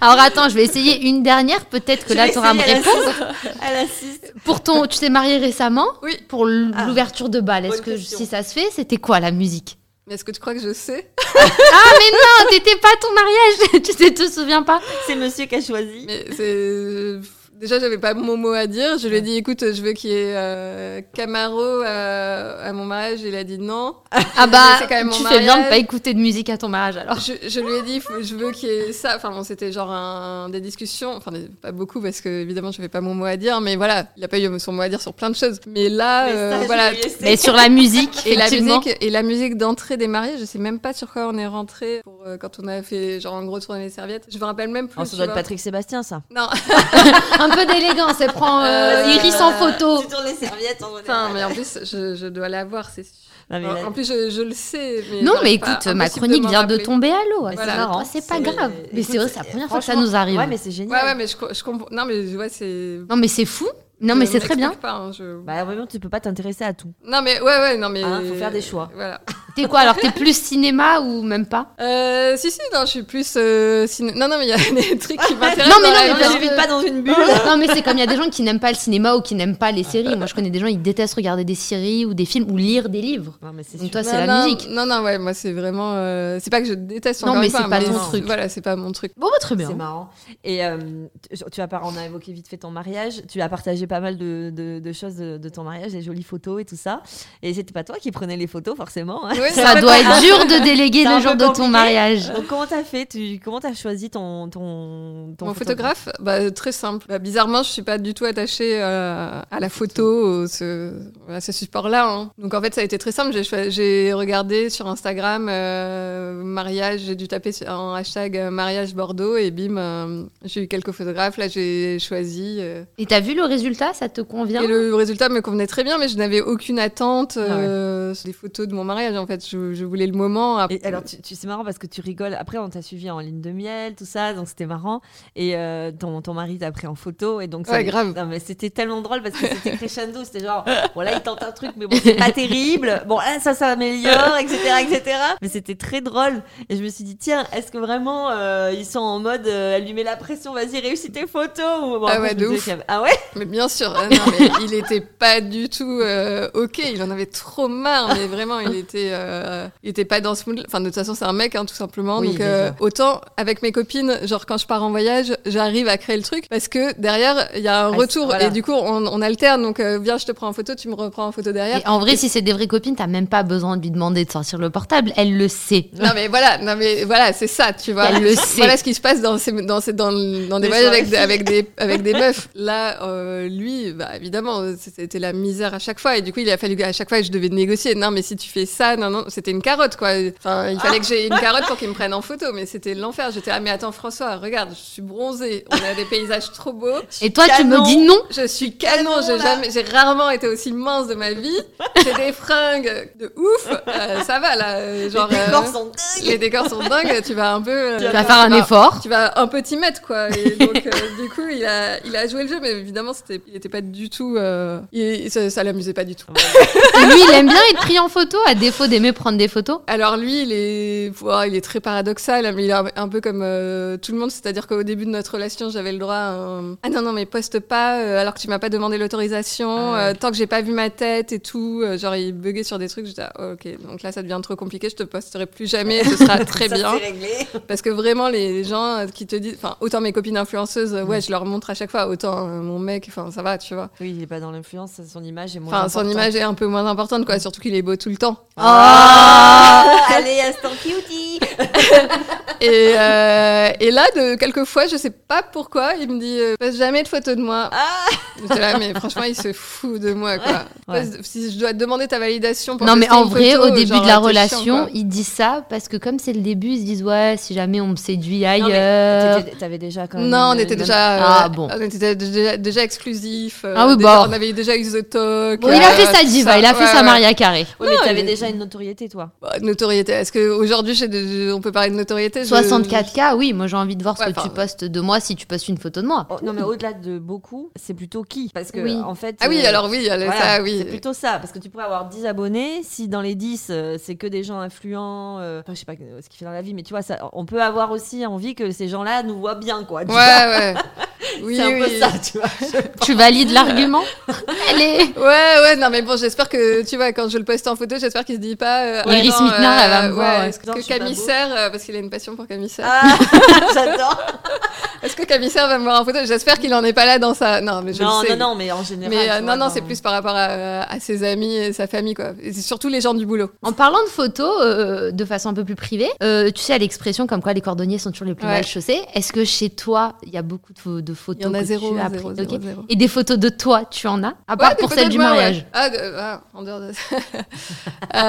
Alors attends, je vais essayer une dernière, peut-être que Je là vais t'auras à me essayer, elle répondre. assiste. Elle assiste. Pour ton, tu t'es mariée récemment Oui. Pour l- Ah. l'ouverture de bal, est-ce Bonne que question. si ça se fait, c'était quoi la musique Mais est-ce que tu crois que je sais Ah, mais non, t'étais pas à ton mariage. tu te, te souviens pas C'est monsieur qui a choisi. Mais c'est. Déjà, j'avais pas mon mot à dire. Je lui ai dit, écoute, je veux qu'il y ait euh, Camaro euh, à mon mariage. Il a dit non. Ah bah, C'est quand même mon tu fais bien de mariage. pas écouter de musique à ton mariage alors. Je, je lui ai dit, faut- je veux qu'il y ait ça. Enfin, bon, c'était genre un- des discussions. Enfin, des- pas beaucoup parce que évidemment, je fais pas mon mot à dire. Mais voilà, il a pas eu son mot à dire sur plein de choses. Mais là, Mais ça, euh, je voilà. l'ai laissé. Mais sur la musique, Et la effectivement. musique, et la musique d'entrée des mariés, je sais même pas sur quoi on est rentré pour, euh, quand on a fait genre en gros tourner les serviettes. Je me rappelle même plus. Oh, ça tu doit être vois. Patrick Sébastien, ça. Non, Un peu d'élégance, elle prend euh, Euh, Iris en photo. tournes les serviettes en Putain, mais en plus, je, je dois l'avoir, c'est sûr. Non, Ah, mais en, là- en plus, je, je le sais. Mais Non, mais j'arrive pas- écoute, ma impossible chronique m'en vient de rappeler. tomber à l'eau. hein, Voilà. C'est marrant, c'est pas grave. Mais c'est Écoute, euh, c'est la première fois que ça franchement, nous arrive. Ouais, mais c'est Ouais, génial. ouais, mais je, co- je comprends. Non, mais je- ouais, c'est. Non, mais c'est fou. Non, mais je c'est très bien. m'explique pas, hein, je- Bah, vraiment, tu peux pas t'intéresser à tout. Non, mais ouais, ouais, non, mais. Hein, faut faire des choix. Voilà. T'es quoi alors T'es plus cinéma ou même pas Euh, si, si, non, je suis plus. euh, ciné- Non, non, mais il y a des trucs qui m'intéressent. Non, mais dans non, la mais vie. bien je sûr. vis pas dans une bulle. Non, mais c'est comme il y a des gens qui n'aiment pas le cinéma ou qui n'aiment pas les séries. Moi, je connais des gens, ils détestent regarder des séries ou des films ou lire des livres. Non, mais c'est sûr. Donc toi, c'est Non, la non, musique. Non, non, ouais, moi, c'est vraiment. euh, C'est pas que je déteste Non, encore mais une fois, c'est pas ton c'est- truc. Voilà, c'est pas mon truc. Bon, bah, très bien. C'est marrant. Et euh, tu- tu as par- on a évoqué vite fait ton mariage. Tu as partagé pas mal de, de- de choses de, de ton mariage, des jolies photos et tout ça. Et c'était pas toi qui prenais les photos forcément. hein. Ouais, c'est Ça pas- doit être dur de déléguer C'est un le peu jour de ton compliqué. mariage. Donc comment t'as fait tu, Comment t'as choisi ton ton, ton Mon photographe, bah, très simple. Bah, bizarrement, je suis pas du tout attachée euh, à la photo, au- ce, à ce support-là. hein. Donc en fait, ça a été très simple. J'ai choi- J'ai regardé sur Instagram euh, mariage, j'ai dû taper sur- en hashtag euh, mariage Bordeaux et bim, euh, j'ai eu quelques photographes. Là, j'ai choisi. euh. Et t'as vu le résultat Ça te convient Et le résultat me convenait très bien, mais je n'avais aucune attente euh, sur les photos de mon mariage. En fait, je, je voulais le moment. Et alors, tu, tu- c'est marrant parce que tu rigoles. Après, on t'a suivi en ligne de miel, tout ça, donc c'était marrant. Et euh, ton, ton mari t'a pris en photo, et donc ça. Ouais, grave. Non, mais c'était tellement drôle parce que c'était crescendo. C'était genre, voilà, il tente un truc, mais bon, c'est pas terrible. Bon, là, ça, ça améliore, etc., etc. Mais c'était très drôle. Et je me suis dit, tiens, est-ce que vraiment euh, ils sont en mode, euh, elle lui met la pression, vas-y, réussis tes photos. Ou- bon, Ah après, ouais, je me de disais ouf. qu'il y avait- Ah ouais. Mais bien sûr, ah non, mais il était pas du tout euh, ok. Il en avait trop marre, mais vraiment, il était, euh, il était pas dans ce mood. Enfin, de toute façon, c'est un mec, hein, tout simplement. Oui, donc, euh, déjà. autant avec mes copines, genre quand je pars en voyage, j'arrive à créer le truc parce que derrière, il y a un Ah, retour voilà. et du coup, on, on alterne. Donc, euh, viens, je te prends en photo, tu me reprends en photo derrière. Et en vrai, si c'est des vraies copines, t'as même pas besoin de lui demander de sortir le portable. Elle le sait. Non mais voilà, non mais voilà, c'est ça, tu vois. Elle le sait. Voilà ce qui se passe dans ces, dans ces, dans, le- dans Les des voyages soirées avec, des- filles. avec des avec des meufs. Là, euh, lui, bah évidemment, c'était la misère à chaque fois et du coup, il a fallu à chaque fois que je devais négocier. Non mais si tu fais ça, non non, c'était une carotte quoi. Enfin, il fallait que j'ai une carotte pour qu'il me prenne en photo, mais c'était l'enfer. J'étais ah mais attends François, regarde, je suis bronzée, on a des paysages trop beaux. Et toi, tu me Canon. dis non Je suis canon, j'ai là. jamais, j'ai rarement été aussi mince de ma vie. J'ai des fringues de ouf, euh, ça va là, euh, genre. les euh, décors sont les décors sont dingues, tu vas un peu. euh, Tu vas Tu vas faire un vas- effort. Tu vas un peu t'y mettre, quoi. Et donc, euh, du coup, il a, il a joué le jeu, mais évidemment, c'était, il était pas du tout. euh, il- ça, ça l'amusait pas du tout. Et lui, il aime bien être pris en photo, à défaut d'aimer prendre des photos. Alors, lui, il est, ouah, il est très paradoxal, mais il est un, un peu comme euh, tout le monde. C'est-à-dire qu'au début de notre relation, j'avais le droit à un, Ah non, non, mais poste pas, euh, alors que tu m'as pas demandé l'autorisation, Ah ouais. euh, tant que j'ai pas vu ma tête et tout. euh, genre, il buguait sur des trucs. J'étais, ah, ok, donc là, ça devient trop compliqué, je te posterai plus jamais, ce sera très Ça, bien. c'est réglé. Parce que vraiment, les gens euh, qui te disent, enfin, autant mes copines influenceuses, euh, Mm. ouais, je leur montre à chaque fois, autant euh, mon mec, enfin, ça va, tu vois. Oui, il est pas dans l'influence, son image est moins. Enfin, son importante. Mm. image est un peu moins importante, quoi, surtout qu'il est beau tout le temps. Ah Allez, instant cutie Et, euh, et là, de quelques fois, je sais pas pourquoi, il me dit, euh, passe jamais de photos de moi. Ah J'étais là, mais franchement, il se fout de moi, quoi. Ouais. Passe- Si je dois te demander ta validation pour Non, mais poster en une vrai, photo, au début genre, de la t'es chiant, relation, quoi. ils disent ça parce que comme c'est le début, ils se disent ouais, si jamais on me séduit Non, ailleurs. mais t'étais- T'avais déjà quand même. Euh, Non, on une- était une- déjà, Ah, euh, bon. on était déjà, déjà exclusif. euh, Ah oui, déjà- bah. On avait déjà eu The Talk. Bon, il a euh, fait sa tout diva, ça. il a fait Ouais, sa ouais. Maria Carré. Oui, mais Non, t'avais Ah, mais- déjà une notoriété, toi. Bah, notoriété. Est-ce qu'aujourd'hui, on peut parler de notoriété Je- 64K, oui, moi j'ai envie de voir ce Ouais, que tu enfin, postes de moi si tu postes une photo de moi. Oh, non, mais au-delà de beaucoup, c'est plutôt qui Parce que, Oui. en fait. Ah oui, euh, alors oui, elle- voilà, ça, C'est oui. plutôt ça, parce que tu pourrais avoir 10 abonnés, si dans les 10, euh, c'est que des gens influents, euh, enfin, je sais pas euh, ce qu'il fait dans la vie, mais tu vois, ça, on peut avoir aussi envie que ces gens-là nous voient bien, quoi. tu Ouais, vois. ouais. Oui, c'est un peu oui. ça, tu vois. Tu valides l'argument Allez Ouais, ouais, non, mais bon, j'espère que, tu vois, quand je le poste en photo, j'espère qu'il se dit pas. Euh, Iris non, Mittenard, elle va me ouais, voir, ouais. Est-ce Non, je que suis pas beau. Camissaire, euh, parce qu'il a une passion pour Camissaire, Ah, j'adore. Ah. est-ce que Camissaire va me voir en photo J'espère qu'il en est pas là dans sa. Non, mais je Non, le sais. non, non, mais en général. Mais euh, tu vois, non, non, dans- c'est plus par rapport à, à ses amis et sa famille, quoi. Et c'est surtout les gens du boulot. En parlant de photos, euh, de façon un peu plus privée, euh, tu sais, à l'expression comme quoi les cordonniers sont toujours les plus Ouais. mal chaussés, est-ce que chez toi, il y a beaucoup de, pho- de photos Il y en a que zéro, tu as zéro, prises, zéro, ok zéro. Et des photos de toi, tu en as À Ouais, part des pour photos celle de du moi, ouais. mariage. Ah, de- ah, en dehors de ça.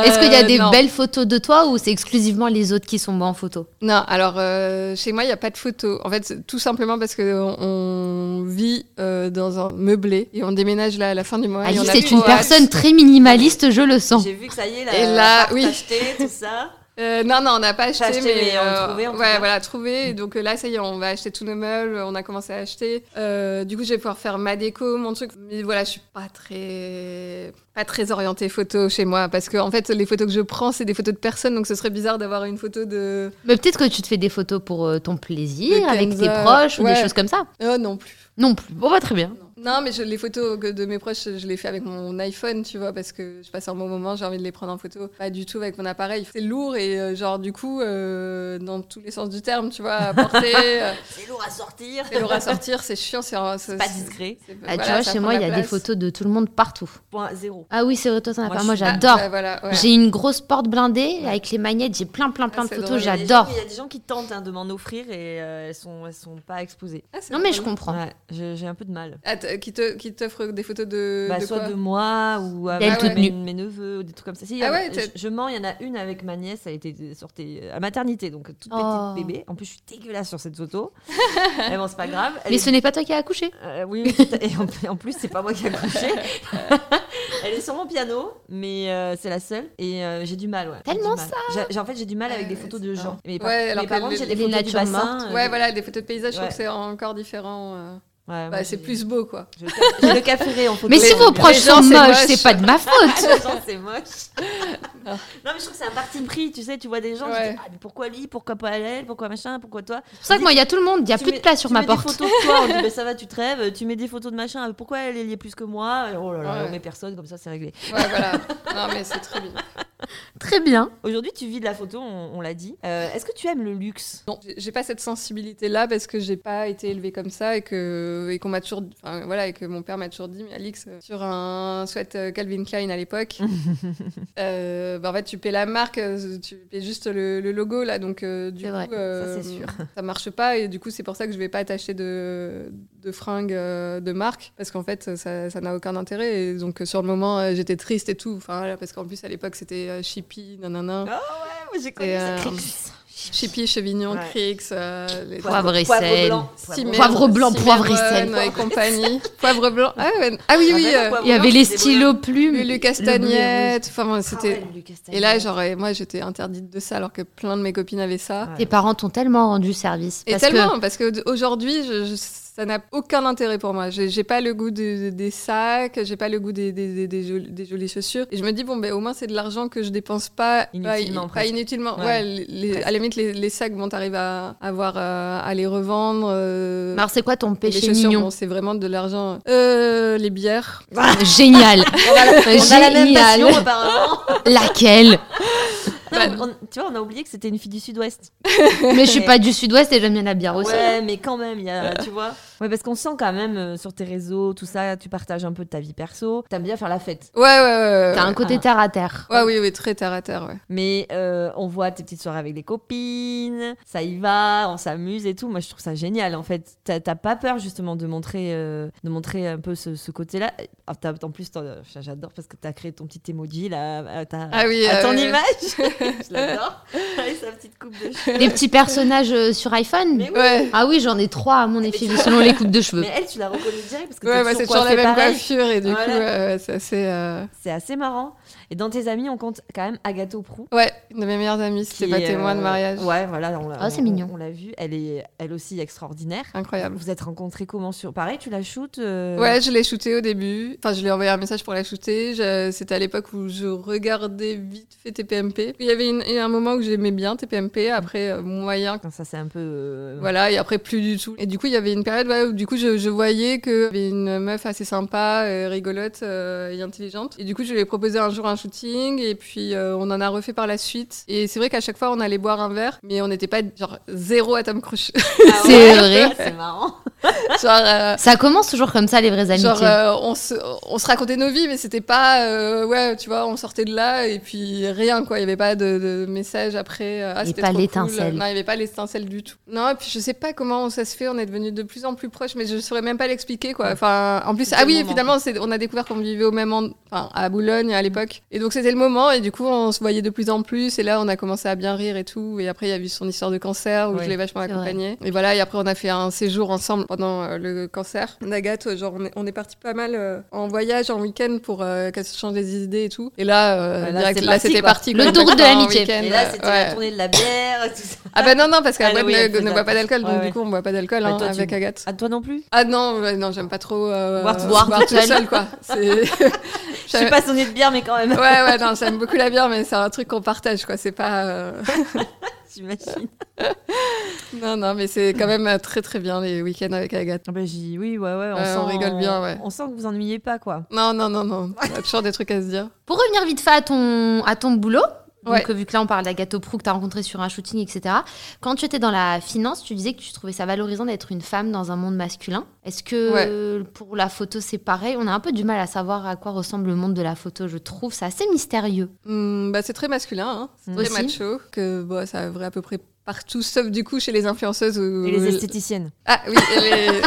Est-ce qu'il y a Euh, des non. belles photos de toi ou c'est exclusivement les autres qui sont bons en photo Non, alors euh, chez moi, il n'y a pas de photo. En fait, c'est tout simplement parce que on on vit euh, dans un meublé et on déménage là à la fin du mois. et Alice on a est trop Ah, une hâte. personne très minimaliste, je le sens. J'ai vu que ça y est, là, Et là, l'appart oui. acheté, tout ça. Euh, non, non, on n'a pas acheté, acheté, mais on euh, trouvait, en tout cas. ouais, voilà, trouvé. Et Donc euh, là, ça y est, on va acheter tous nos meubles. On a commencé à acheter. Euh, du coup, je vais pouvoir faire ma déco, mon truc. Mais voilà, je suis pas très, pas très orientée photo chez moi parce que en fait, les photos que je prends, c'est des photos de personnes. Donc, ce serait bizarre d'avoir une photo de. Mais peut-être que tu te fais des photos pour euh, ton plaisir, De avec tes Kenza, proches ou des ouais. choses comme ça. Oh non plus. Non plus. Bon, bah, très bien. Non, mais je- les photos que de mes proches, je les fais avec mon iPhone, tu vois, parce que je passe un bon moment, j'ai envie de les prendre en photo. Pas du tout avec mon appareil. C'est lourd et euh, genre, du coup, euh, dans tous les sens du terme, tu vois, à porter, euh, C'est lourd à sortir. c'est lourd à sortir, c'est chiant, c'est... un- c'est- C'est pas discret. c'est- Ah, voilà, tu vois, ça chez prend moi, la il y a des place. Ah, photos de tout le monde partout. Point zéro. Ah oui, c'est vrai, toi, t'en as Moi, pas. je Moi, suis- j'adore. Ah, bah, voilà, ouais. J'ai une grosse porte blindée avec les magnettes, j'ai plein, plein, plein Ah, de c'est photos, drôle, Il y a des j'adore. gens- Il y a des gens qui tentent hein, de m'en offrir et euh, elles, sont, elles sont pas exposées. Ah, c'est Non, mais je drôle. comprends. Ouais, j'ai j'ai un peu de mal. Ah, t- qui, te, qui t'offre des photos de, Bah, Euh, de soit quoi de moi ou avec D'elle toute mes, nue. mes neveux ou des trucs comme ça. Si, il y Ah en a- ouais, t'es- je, je mens, il y en a une avec ma nièce, elle était sortie à maternité, donc toute petite Oh. bébé. En plus, je suis dégueulasse sur cette photo. Mais bon, c'est pas grave. Elle Mais est- ce n'est pas toi qui as accouché. Euh, oui, oui, tout à- et en, en plus, c'est pas moi qui ai accouché. elle est sur mon piano, mais euh, c'est la seule. Et euh, j'ai du mal, ouais. J'ai du Tellement mal. J'ai- j'ai- en fait, j'ai du mal avec Ouais, des ouais, photos c'est de ça. gens. Mais, Ouais, alors mais par que contre, les- j'ai des les photos du natures bassin. mortes. euh, Ouais, voilà, des photos de paysage, je trouve Ouais. que c'est encore différent. euh. Ah, ouais, Bah, moi, c'est j'ai- plus beau, quoi. je- J'ai le café en photo. Mais si j'aime vos bien. proches les gens, sont c'est moches, moche. c'est pas de ma faute. Les gens, c'est moche. non, mais je trouve que c'est un parti pris. Tu sais, tu vois des gens qui Ouais. disent ah, mais pourquoi lui, pourquoi pas elle, pourquoi machin, pourquoi toi. C'est pour ça que moi, il y a tout le monde, il n'y a Tu plus de mets- place sur tu ma mets Des porte. photos de toi, on dit bah, ça va, tu te rêves. Tu mets des photos de machin, ah, pourquoi elle, elle y est plus que moi. Et, Oh là là, Ouais. on met personne, comme ça, c'est réglé. Ouais, voilà. Non, mais c'est très bien. Très bien. Aujourd'hui, tu vis de la photo, on, on l'a dit. Euh, Est-ce que tu aimes le luxe Non, j'ai- j'ai pas cette sensibilité là parce que j'ai pas été élevée comme ça et que et qu'on m'a toujours enfin, voilà et que mon père m'a toujours dit mais Alix euh, sur un sweat euh, Calvin Klein à l'époque euh, bah, en fait tu paies la marque euh, tu paies juste le, le logo là donc euh, du C'est coup vrai, euh, ça, c'est sûr. ça marche pas et du coup c'est pour ça que je vais pas t'acheter de de fringues euh, de marque parce qu'en fait ça ça n'a aucun intérêt et donc euh, sur le moment euh, j'étais triste et tout enfin voilà, parce qu'en plus à l'époque c'était euh, chippy Ah, nanana J'ai Et, euh, chippy chevignon Ouais. Crix euh, les- Poivre et sel. blanc. Ah Cimer- Poivre blanc, poivre et sel. Cimarron et compagnie. Poivre blanc. Ah, ouais. Ah oui, oui. euh, Il y avait les stylos plumes. Lulu Castagnette. Enfin, bon, Ah c'était. Et là, genre, et moi, j'étais interdite de ça, alors que plein de mes copines avaient ça. Ouais. Tes parents t'ont tellement rendu service. Et parce tellement, que- parce que d- aujourd'hui, je- je- ça n'a aucun intérêt pour moi. J'ai j'ai pas le goût de- de- des sacs, j'ai pas le goût des, des, des, des jol- des jolies chaussures. Et je me dis, bon, ben, au moins, c'est de l'argent que je dépense pas. Inutilement, Pas, pas presque. inutilement. Ouais. Ouais, les- les- à la limite, les, les sacs, bon, t'arrives à avoir, euh, à les revendre. euh, Alors, c'est quoi ton les péché chaussures, mignon bon, c'est vraiment de l'argent. Euh, les bières. Génial. On a la même passion Génial. apparemment. Laquelle Non, mais Bah, on- tu vois, on a oublié que c'était une fille du sud-ouest. Mais je suis pas du sud-ouest et j'aime bien la bière aussi. Ouais, mais quand même, il y a, tu vois. Ouais, parce qu'on sent quand même euh, sur tes réseaux, tout ça, tu partages un peu de ta vie perso. T'aimes bien faire la fête. Ouais, ouais, ouais. ouais. T'as un côté terre à terre. Ouais, oui, oui, très terre à terre, ouais. Mais euh, on voit tes petites soirées avec les copines, ça y va, on s'amuse et tout. Moi, je trouve ça génial, en fait. T'as t'as pas peur, justement, de montrer, euh, de montrer un peu ce, ce côté-là. Ah, t'as- en plus, t'en- j'adore parce que t'as créé ton petit emoji, là, à, ta- Ah oui, à euh, ton ouais. image. je l'adore. Avec sa petite coupe de cheveux. Les petits personnages euh, sur iPhone. Mais oui. Ouais, Ah oui, j'en ai trois à mon effigie selon les coupes de cheveux. Mais elle, tu l'as reconnue direct parce que ouais t'es bah, c'est toujours toujours la coiffée même pareil. coiffure et du Voilà. coup, ouais, ouais, c'est assez. euh, C'est assez marrant. Et dans tes amis, on compte quand même Agathe Prou. Ouais, une de mes meilleures amies, c'était ma témoin de mariage. euh, Ouais, voilà, on l'a Ah, c'est on- mignon. on l'a vu. Elle est, elle aussi, extraordinaire. Incroyable. Vous vous êtes rencontrés comment sur Pareil, tu la shootes euh, Ouais, je l'ai shootée au début. Enfin, je lui ai envoyé un message pour la shooter. Je- C'était à l'époque où je regardais vite fait TPMP. Il y avait une- un moment où j'aimais bien TPMP, après euh, moyen. Quand ça, c'est un peu. euh, Voilà, et après plus du tout. Et du coup, il y avait une période, ouais, ouais, du coup, je, je voyais qu'il y avait une meuf assez sympa, euh, rigolote euh, et intelligente. Et du coup, je lui ai proposé un jour un shooting et puis euh, on en a refait par la suite. Et c'est vrai qu'à chaque fois, on allait boire un verre, mais on n'était pas genre zéro à Tom Cruise. C'est vrai. C'est marrant. genre, euh, Ça commence toujours comme ça, les vraies amitiés. genre euh, on, se, on se racontait nos vies, mais c'était pas, euh, ouais, tu vois, on sortait de là et puis rien, quoi. Il y avait pas de, de message après. euh, ah, Et c'était pas trop cool. l'étincelle. Non, il y avait pas l'étincelle du tout. Non, et puis je sais pas comment ça se fait, on est devenus de plus en plus proches, mais je saurais même pas l'expliquer, quoi. Enfin, en plus, C'était ah le oui, moment. finalement, c'est- on a découvert qu'on vivait au même endroit, enfin, à Boulogne à l'époque. Et donc, c'était le moment, et du coup, on se voyait de plus en plus, et là, on a commencé à bien rire et tout. Et après, il y a eu son histoire de cancer où Ouais. je l'ai vachement C'est vrai. accompagnée. Et voilà, et après, on a fait un séjour ensemble pendant euh, le cancer. Agathe, euh, genre, on est, on est parti pas mal euh, en voyage, en week-end pour euh, qu'elle se change des idées et tout. Et là, euh, Ouais, là, direct, c'est là, parti, c'était quoi. parti. Le quoi. tour de Exactement, en l'amitié. week-end, euh, Et là, c'était la ouais. tournée de la bière, tout ça. Ah bah non, non, parce Ah qu'Agathe oui, elle ne, faisait ne boit ça. pas d'alcool, donc Ouais, ouais. du coup, on boit pas d'alcool Bah, hein, toi, tu- avec Agathe. À toi non plus Ah non, ouais, non, j'aime pas trop euh, Boire tout- boire toute tout seule. seul, quoi. C'est... Je suis pas sonnée de bière, mais quand même, Ouais, ouais, non, j'aime beaucoup la bière, mais c'est un truc qu'on partage, quoi. C'est pas. euh, j'imagine. Non, non, mais c'est quand même euh, très, très bien les week-ends avec Agathe. Ah bah, j'y- oui, ouais, ouais, on, Ouais, sent, on rigole bien, ouais. On sent que vous ennuyez pas, quoi. Non, non, non, non. Il y a toujours des trucs à se dire. Pour revenir vite fait à ton, à ton boulot, donc, Ouais. euh, vu que là on parle d'Agathe Prou que tu as rencontré sur un shooting, etc. Quand tu étais dans la finance, tu disais que tu trouvais ça valorisant d'être une femme dans un monde masculin. Est-ce que Ouais. euh, pour la photo c'est pareil On a un peu du mal à savoir à quoi ressemble le monde de la photo, je trouve. ça assez mystérieux. Hum, bah, c'est très masculin, hein. C'est Mm. très Aussi. macho. Que, bon, ça vrai à peu près partout, sauf du coup chez les influenceuses. Où... Et les esthéticiennes. Ah oui, et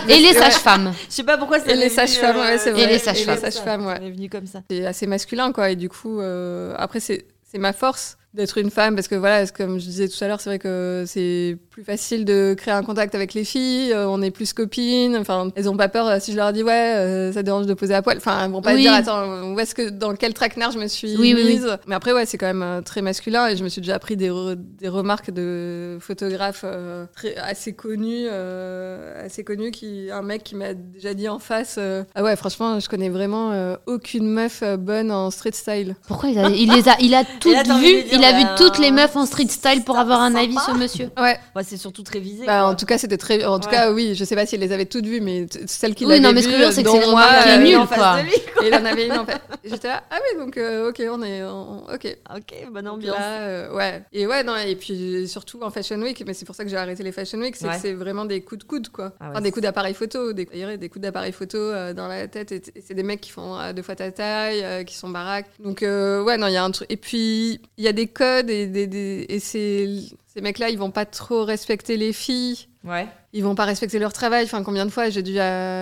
les, Et les ouais. sages-femmes Je sais pas pourquoi ça Et les m'est venu, sages-femmes, euh, ouais, c'est ça vrai. Et les m'est venu sages-femmes. comme ça. sages-femmes, ouais. Ça m'est venu comme ça. c'est assez masculin quoi et du coup euh, après c'est c'est ma force d'être une femme parce que voilà c'est comme je disais tout à l'heure c'est vrai que c'est plus facile de créer un contact avec les filles euh, on est plus copines enfin elles ont pas peur euh, si je leur dis ouais euh, ça te dérange de poser à poil enfin elles vont pas Oui. se dire attends où est-ce que dans quel traquenard je me suis Oui, oui, oui. mise mais après ouais c'est quand même euh, très masculin et je me suis déjà pris des, re- des remarques de photographes euh, très- assez connus euh, assez connus qui un mec qui m'a déjà dit en face euh, ah ouais franchement je connais vraiment euh, aucune meuf euh, bonne en street style Pourquoi il a, il les a, il a toutes t'as envie de vues, lui dire, il a vu bah, toutes les meufs en street style pour c'est avoir un sympa. avis sur monsieur. ouais Ouais, c'est surtout très visé. bah, quoi. en tout cas c'était très en tout Ouais. cas oui je sais pas si elle les avait toutes vues mais t- celles qui Oui, l'avaient non, mais ce que je veux dire, c'est que c'est les moi remarques qui euh, est Il est nul, en face quoi. de lui. et il en avait une en fait j'étais là ah oui donc euh, ok on est en- ok Ok, bonne Donc ambiance. là, euh, ouais. Et ouais, non, et puis surtout en Fashion Week, mais c'est pour ça que j'ai arrêté les Fashion Week, c'est Ouais. que c'est vraiment des coups de coude, quoi. Ah ouais, Enfin, des coups d'appareil photo, des, des coups d'appareil photo euh, dans la tête. Et, et c'est des mecs qui font euh, deux fois ta taille, euh, qui sont baraques. Donc, euh, ouais, non, il y a un truc. Et puis, il y a des codes et, des, des- et c'est- ces mecs-là, ils vont pas trop respecter les filles Ouais. ils vont pas respecter leur travail. Enfin, combien de fois j'ai dû,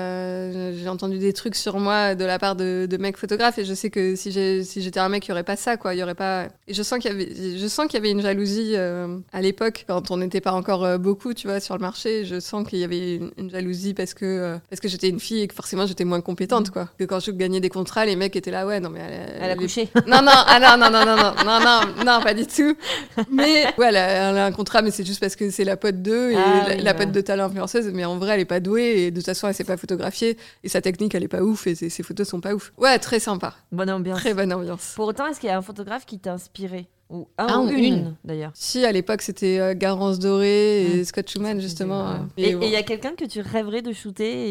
euh, j'ai entendu des trucs sur moi de la part de, de mecs photographes et je sais que si j'ai- si j'étais un mec, il y aurait pas ça, quoi. Il y aurait pas. Et je sens qu'il y avait, je sens qu'il y avait une jalousie euh, à l'époque quand on n'était pas encore euh, beaucoup, tu vois, sur le marché. Je sens qu'il y avait une, une jalousie parce que euh, parce que j'étais une fille et que forcément j'étais moins compétente, quoi. Que quand je gagnais des contrats, les mecs étaient là, ouais, non mais elle, elle Mmh. Elle a est couché. non, non, ah non, non, non, non, non, non, non, non, pas du tout. Mais ouais, elle a, elle a un contrat, mais c'est juste parce que c'est la pote d'eux et Ah la, oui, la ouais. pote de talent influenceuse. Mais en vrai, elle est pas douée et de toute façon, elle s'est pas photographiée et sa technique, elle est pas ouf et ses, ses photos sont pas ouf. Ouais, très sympa, Bonne ambiance. très bonne ambiance. Pour autant, est-ce qu'il y a un photographe qui t'a inspiré Ou un Ah, ou ou une, une. d'ailleurs. Si à l'époque c'était euh, Garance Doré et Scott Schumann justement. euh, Mm. Et il bon. y a quelqu'un que tu rêverais de shooter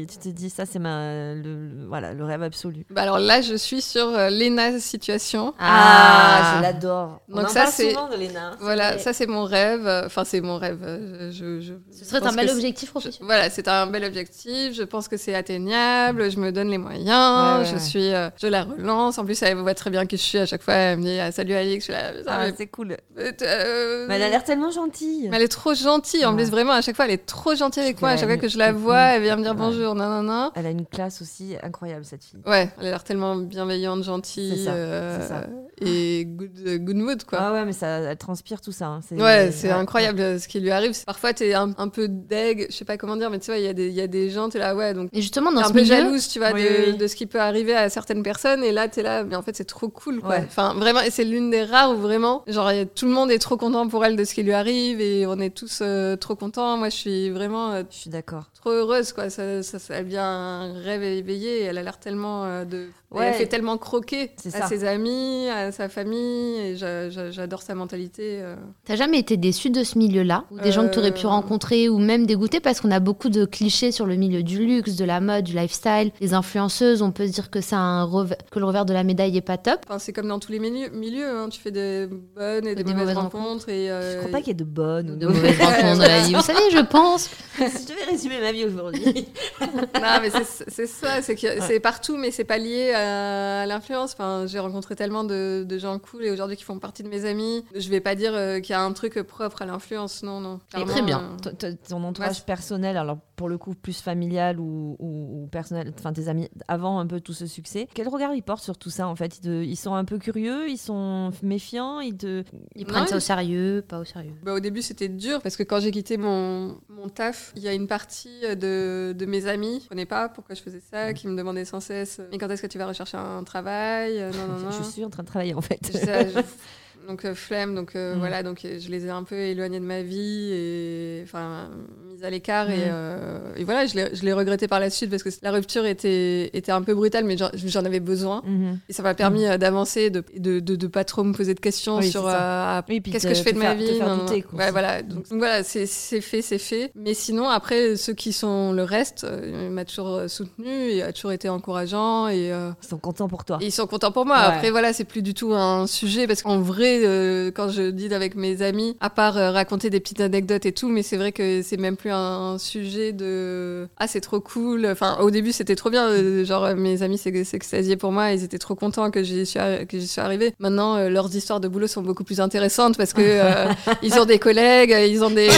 et tu te dis, ça, c'est ma, le, le- voilà, le rêve absolu. Bah alors là, je suis sur euh, Lena situation. Ah, je l'adore. On Donc en ça, parle c'est- souvent de Léna. Voilà, ça c'est mon rêve. Enfin, c'est mon rêve. euh, Je, je, Ce serait je pense un bel que objectif Je- professionnel. voilà, c'est un bel objectif. Je pense que c'est atteignable. Je me donne les moyens. Ouais, ouais, je ouais. suis, euh, je la relance. En plus, elle voit très bien qui je suis à chaque fois. Elle me dit ah, salut Alix. Je suis là, Ah, Ça, c'est cool. mais, euh, Mais elle a l'air tellement gentille. mais elle est trop gentille. En Ouais. plus, vraiment, à chaque fois, elle est trop gentille avec trouve moi. À qu'elle chaque a fois que une- je la vois, elle vient me dire Ouais. bonjour. Non, non, non. Elle a une classe aussi incroyable, cette fille. Ouais, elle a l'air tellement bienveillante, C'est gentille ça, euh, c'est ça. et good, good mood quoi. Ah ouais, mais ça, elle transpire tout ça. hein. Ouais, c'est incroyable euh, ce qui lui arrive. Parfois, t'es un, un peu deg, je sais pas comment dire, mais tu vois, il y, a des- il y a des gens, t'es là, ouais, donc Et justement, T'es dans un ce peu milieu, jalouse, tu vois, Oui, de, oui, oui. de ce qui peut arriver à certaines personnes. Et là, t'es là, mais en fait, c'est trop cool, quoi. Ouais. Enfin, vraiment, et c'est l'une des rares où vraiment, genre, y a- tout le monde est trop content pour elle de ce qui lui arrive et on est tous euh, trop contents. Moi, je suis vraiment euh, Je suis d'accord. trop heureuse, quoi. Ça, ça, ça- elle vient un rêve éveillé et elle a l'air tellement euh, de Et elle fait tellement croquer C'est à ça. ses amis, à sa famille, et j'a- j'a- j'adore sa mentalité. euh. T'as jamais été déçu de ce milieu-là Ou des gens que t'aurais pu Euh. rencontrer ou même dégoûter Parce qu'on a beaucoup de clichés sur le milieu du luxe, de la mode, du lifestyle. Les influenceuses, on peut se dire que, ça a un revers- que le revers de la médaille est pas top. Enfin, c'est comme dans tous les milieux, milieux, hein, tu fais des bonnes et des, mauvaises, rencontres. et, euh, Je crois pas qu'il y ait de bonnes ou de De mauvaises. mauvaises rencontres de la vie. euh, Vous savez, je pense. si je devais résumer ma vie aujourd'hui. non, mais c'est- c'est ça, c'est que c'est partout, mais c'est pas lié à l'influence. Enfin, j'ai rencontré tellement de, de gens cool et aujourd'hui qui font partie de mes amis. Je vais pas dire euh, qu'il y a un truc propre à l'influence, non, non. Et Clairement, très bien. euh, Ton- ton- ton entourage personnel, alors pour le coup plus familial ou, ou- ou personnel, enfin tes amis avant un peu tout ce succès, quel regard ils portent sur tout ça en fait ils, te- ils sont un peu curieux, ils sont méfiants, ils te... Ils Non, prennent ça ils- au sérieux, pas au sérieux. Bah, au début, c'était dur parce que quand j'ai quitté mon, mon taf, il y a une partie de, de mes amis qui ne comprenaient pas pourquoi je faisais Mmh. ça, qui me demandaient sans cesse Mais quand est-ce que tu vas rechercher un travail Euh, Non, non, non. Je suis en train de travailler en fait. Je sais, je- Donc euh, flemme, donc euh, Mm. voilà, donc euh, je les ai un peu éloignés de ma vie et enfin mise à l'écart et, Mm. euh, et voilà, je l'ai- je l'ai regretté par la suite parce que la rupture était était un peu brutale, mais j'en- j'en avais besoin Mhm. et ça m'a permis euh, d'avancer, de, de de de pas trop me poser de questions Oui, sur c'est euh, à- Oui, puis Qu'est-ce te- que je fais te de ma faire- te vie faire non, non, douter, non. quoi, Ouais, c'est- voilà. Donc, donc voilà, c'est c'est fait, c'est fait. Mais sinon, après, ceux qui sont le reste, euh, il m'a toujours soutenu, il a toujours été encourageant et, euh, Ils sont contents pour toi. et ils sont contents pour moi. Ouais. Après, voilà, c'est plus du tout un sujet parce qu'en vrai, euh, quand je dis avec mes amis, à part euh, raconter des petites anecdotes et tout, mais c'est vrai que c'est même plus un sujet de ah c'est trop cool. Enfin, au début, c'était trop bien. euh, Genre euh, mes amis s'ex- s'extasiaient pour moi, ils étaient trop contents que j'y suis arri- que j'y suis arrivée. Maintenant, euh, leurs histoires de boulot sont beaucoup plus intéressantes parce que euh, ils ont des collègues, ils ont des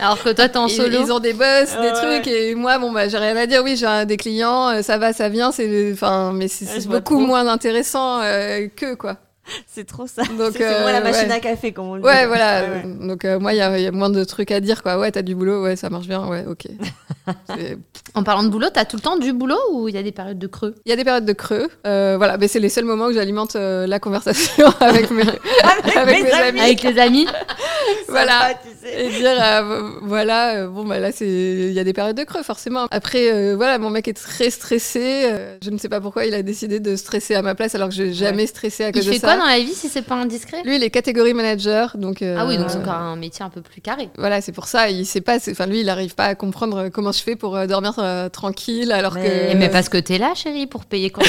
Alors que toi, t'es en ils- solo. Ils, ont des boss, Ah des trucs, et moi, bon, bah, j'ai rien à dire. Oui, j'ai un- des clients, euh, ça va, ça vient, c'est, enfin, mais c'est Ouais, c'est je vois beaucoup trop. moins intéressant euh, qu'eux, quoi. C'est trop ça. Donc, C'est c'est moi euh, la machine ouais. à café, comme on le dit. Ah Ouais, voilà. Ouais, ouais. Donc, euh, moi, il y a, il y a moins de trucs à dire, quoi. Ouais, t'as du boulot, ouais, ça marche bien, ouais, ok. C'est- En parlant de boulot, t'as tout le temps du boulot ou il y a des périodes de creux Il y a des périodes de creux, euh, voilà, mais c'est les seuls moments que j'alimente euh, la conversation avec mes, Avec, mes avec mes amis, amis. Avec les amis voilà. sympa, tu sais. et dire euh, voilà euh, bon bah là c'est il y a des périodes de creux forcément après euh, voilà mon mec est très stressé euh, je ne sais pas pourquoi il a décidé de stresser à ma place alors que je n'ai jamais stressé à Il cause de fait quoi ça dans la vie si c'est pas indiscret lui il est catégorie manager donc euh, Ah oui, donc c'est euh, encore un métier un peu plus carré. voilà c'est pour ça il sait pas c'est- enfin lui il n'arrive pas à comprendre comment je fais pour euh, dormir euh, tranquille alors Mais- que Eh, mais parce que t'es là, chérie, pour payer quand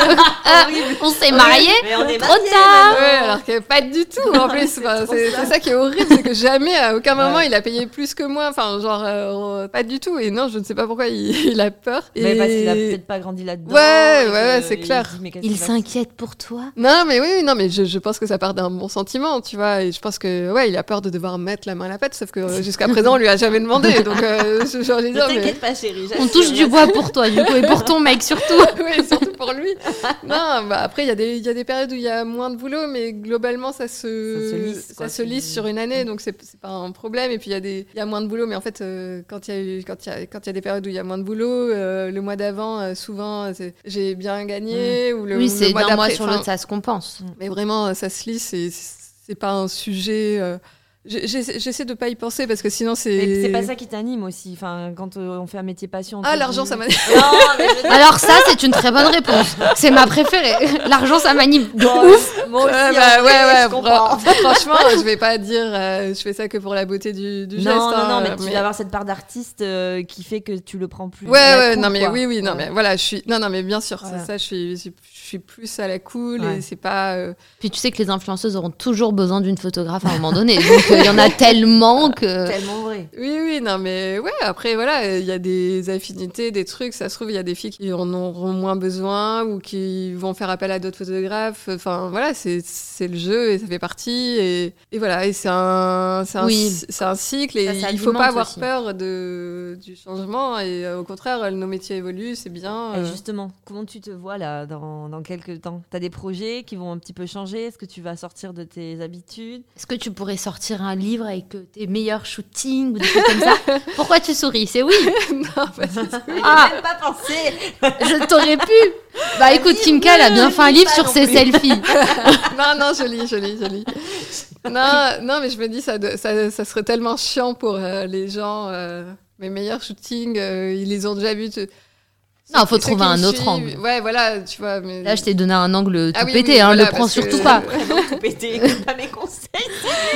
on s'est Oui, mariés mais on est trop mariés, tard. Ouais, alors que pas du tout en plus. Enfin, c'est c'est ça qui est horrible, c'est que jamais, à aucun moment, il a payé plus que moi. Enfin, genre, euh, pas du tout. Et non, je ne sais pas pourquoi il, il a peur. Mais Et- parce qu'il a peut-être pas grandi là-dedans. Ouais, et que ouais, ouais, c'est il clair. se dit, mais qu'est-ce Il qui va se s'inquiète pour toi. Non, mais oui, oui, non, mais je, je pense que ça part d'un bon sentiment, tu vois. Et je pense que, ouais, il a peur de devoir mettre la main à la pâte, sauf que euh, jusqu'à présent, on lui a jamais demandé. Donc, euh, je- genre, je veux dire, Ne mais- t'inquiète pas, chérie. On j'assure, touche du bois pour toi, du coup, et pour ton mec surtout. Oui, surtout pour lui. Non, bah après, il y, a des- il y a des périodes où il y a moins de boulot, mais globalement, ça se, Ça se lisse, quoi, ça se tu- lisse sur une année, donc c'est c'est pas un problème. Et puis, il y, a des- il y a moins de boulot, mais en fait, euh, quand il y, a eu- quand il y, a- quand il y a des périodes où il y a moins de boulot, euh, le mois d'avant, euh, souvent, c'est- j'ai bien gagné. Ou le, Oui, ou le c'est mois d'un mois d'après, sur enfin, l'autre, ça se compense. Mais vraiment, euh, ça se lisse et c'est pas un sujet. euh, j'ai- J'essaie j'essaie de pas y penser parce que sinon Mais c'est. c'est pas ça qui t'anime aussi. Enfin, quand euh, on fait un métier passion. Euh, Ah, l'argent, ça m'a. Non, mais je veux dire, Alors ça, c'est une très bonne réponse. C'est ma préférée. L'argent, ça m'anime de bon, ouf. moi aussi, Ouais, en vrai, bah, ouais, ouais, je comprends. fran- franchement, je vais pas dire euh, je fais ça que pour la beauté du, du Non, geste. non, non, hein, mais tu vas avoir cette part d'artiste euh, qui fait que tu le prends plus. Ouais, à la ouais, coupe, non, mais quoi. oui, oui, non, Ouais. mais voilà, je suis. Non, non, mais bien sûr, c'est Voilà. ça, je suis, je suis- je suis plus à la cool Ouais. et c'est pas. euh, Puis tu sais que les influenceuses auront toujours besoin d'une photographe à un moment donné. Donc euh, il y en a tellement que... Tellement vrai. Oui, oui, non, mais ouais, après, voilà, il y a des affinités, des trucs, ça se trouve, il y a des filles qui en auront moins besoin ou qui vont faire appel à d'autres photographes. Enfin, voilà, c'est c'est le jeu et ça fait partie. Et, et voilà, et c'est un, c'est un, Oui. c'est un cycle et Ça il faut s'alimente pas avoir aussi. peur de, du changement. Et euh, au contraire, nos métiers évoluent, c'est bien. Et euh. justement, comment tu te vois là dans, dans quelques temps T'as des projets qui vont un petit peu changer Est-ce que tu vas sortir de tes habitudes Est-ce que tu pourrais sortir un livre avec euh, tes meilleurs shootings ou des choses comme ça Pourquoi tu souris C'est oui. non, bah, c'est- Ah, Même pas pensé je t'aurais pu. Bah écoute, Kimka, elle a bien fait un livre sur ses selfies. non, non, je lis, je lis, je lis. Non, non, mais je me dis, ça, doit- ça, ça serait tellement chiant pour euh, les gens. euh, mes meilleurs shootings, euh, ils les ont déjà vus. tu- Non, faut Ceux trouver qui me un autre suivent- angle. Ouais, voilà, tu vois. Mais... Là, je t'ai donné un angle tout Ah oui, pété, oui, hein, voilà, le prends parce que- surtout pas. pété, écoute pas mes conseils.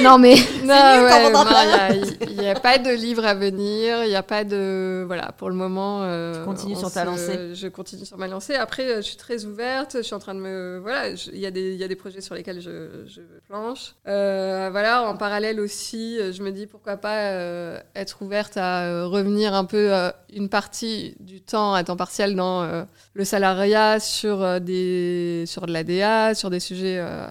Non, mais nul Non, quand ouais, on en non, Il n'y a, pas de livre à venir, il n'y a pas de. Voilà, pour le moment. euh, Tu continues on sur ta se- lancée. Je continue sur ma lancée. Après, euh, je suis très ouverte, je suis en train de me. Voilà, je- il y, a des- il y a des projets sur lesquels je, je planche. Euh, voilà, en parallèle aussi, euh, je me dis pourquoi pas euh, être ouverte à euh, revenir un peu euh, une partie du temps à temps partiel dans euh, le salariat, sur, euh, des, sur de l'ADA, sur des sujets. euh,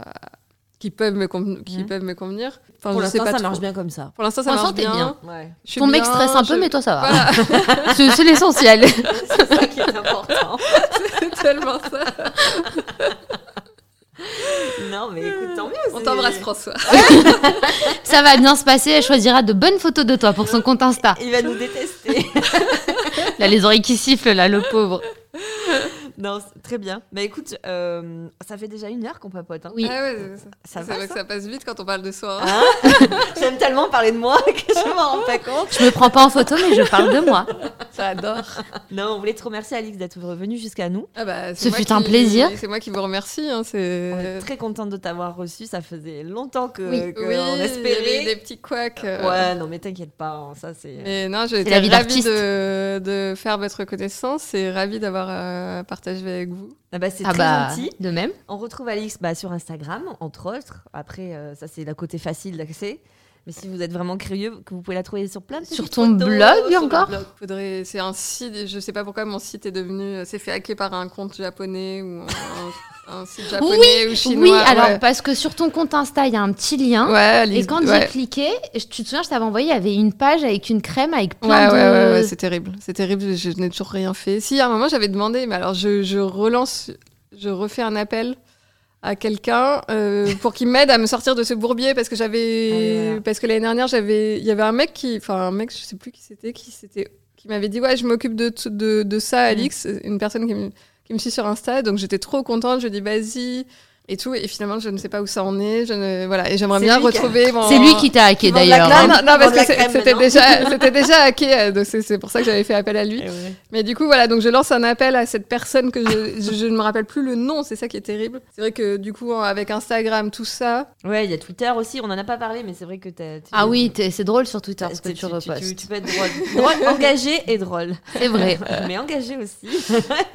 qui peuvent me, conven- qui Mhm. peuvent me convenir. Enfin, Pour je sais l'instant, pas ça trop. marche bien comme ça. Pour l'instant, ça Pour l'instant, marche t'es bien. bien. Ouais. Je suis ton mec bien, stresse un peu, je- mais toi, ça va. Voilà, C'est c'est l'essentiel. C'est ça qui est important. c'est tellement ça. Non, mais écoute, tant mieux. On c'est- t'embrasse, François. Ça va bien se passer, elle choisira de bonnes photos de toi pour son compte Insta. Il va nous détester. Là, les oreilles qui sifflent, là, le pauvre. non, c'est- très bien. Bah, Mais écoute, euh, ça fait déjà une heure qu'on papote. Hein. Oui. Ah ouais, c'est- Ça c'est va, vrai que ça passe vite quand on parle de soi. hein. Hein J'aime tellement parler de moi que je m'en rends pas compte. Je me prends pas en photo, mais je parle de moi. J'adore. Non, on voulait te remercier, Alix, d'être revenu jusqu'à nous. Ah bah, c'est Ce moi fut un qui- plaisir. C'est moi qui vous remercie. hein, On est c'est... très contente de t'avoir reçu. Ça faisait longtemps que Oui. qu'on oui, il y avait espérait. eu des petits couacs. euh, Ouais, non, mais t'inquiète pas. hein, ça, c'est. Mais non, j'ai la été vie ravie d'artiste. de, de faire votre connaissance et ravie d'avoir euh, partagé avec vous. Ah bah, c'est Ah très bah, gentil. de même. On retrouve Alix bah, sur Instagram, entre autres. Après, euh, ça, c'est le côté facile d'accès. Mais si vous êtes vraiment curieux, que vous pouvez la trouver sur plein de Sur petites ton photos, blog, sur le encore blog. Faudrait- C'est un site, je sais pas pourquoi mon site est devenu. C'est fait hacker par un compte japonais ou un, un site japonais ou chinois. oui, alors ouais. parce que sur ton compte Insta, il y a un petit lien. Ouais, Et Lise- quand ouais. j'ai cliqué, je- tu te souviens, je t'avais envoyé, il y avait une page avec une crème, avec Ouais, plein ouais, ouais, de... ouais, c'est terrible. C'est terrible, je, je n'ai toujours rien fait. Si, à un moment, j'avais demandé, mais alors je, je relance, je refais un appel à quelqu'un euh, pour qu'il m'aide à me sortir de ce bourbier parce que Ah là j'avais là. parce que l'année dernière j'avais il y avait un mec qui enfin un mec je sais plus qui c'était qui c'était qui m'avait dit ouais je m'occupe de, tout- de de ça Alix une personne qui me qui me suit sur Insta donc j'étais trop contente je dis vas-y et tout et finalement je ne sais pas où ça en est je ne voilà et j'aimerais C'est bien lui qui a- retrouver mon C'est lui qui t'a hacké vend de la d'ailleurs. crème. hein. non, non, Qui non, vend parce de la que c'est- crème c'était maintenant. déjà, c'était déjà hacké, euh, donc c'est c'est pour ça que j'avais fait appel à lui. Mais du coup, voilà, donc je lance un appel à cette personne que je, je, je ne me rappelle plus le nom, c'est ça qui est terrible. C'est vrai que du coup, avec Instagram, tout ça, Ouais, il y a Twitter aussi. On en a pas parlé, mais c'est vrai que t'as. tu- Ah oui, t'es- c'est drôle sur Twitter t'as- ce que tu- tu tu- tu- repostes. tu peux être drôle. Drôle, engagé et drôle. C'est vrai. Mais engagé aussi.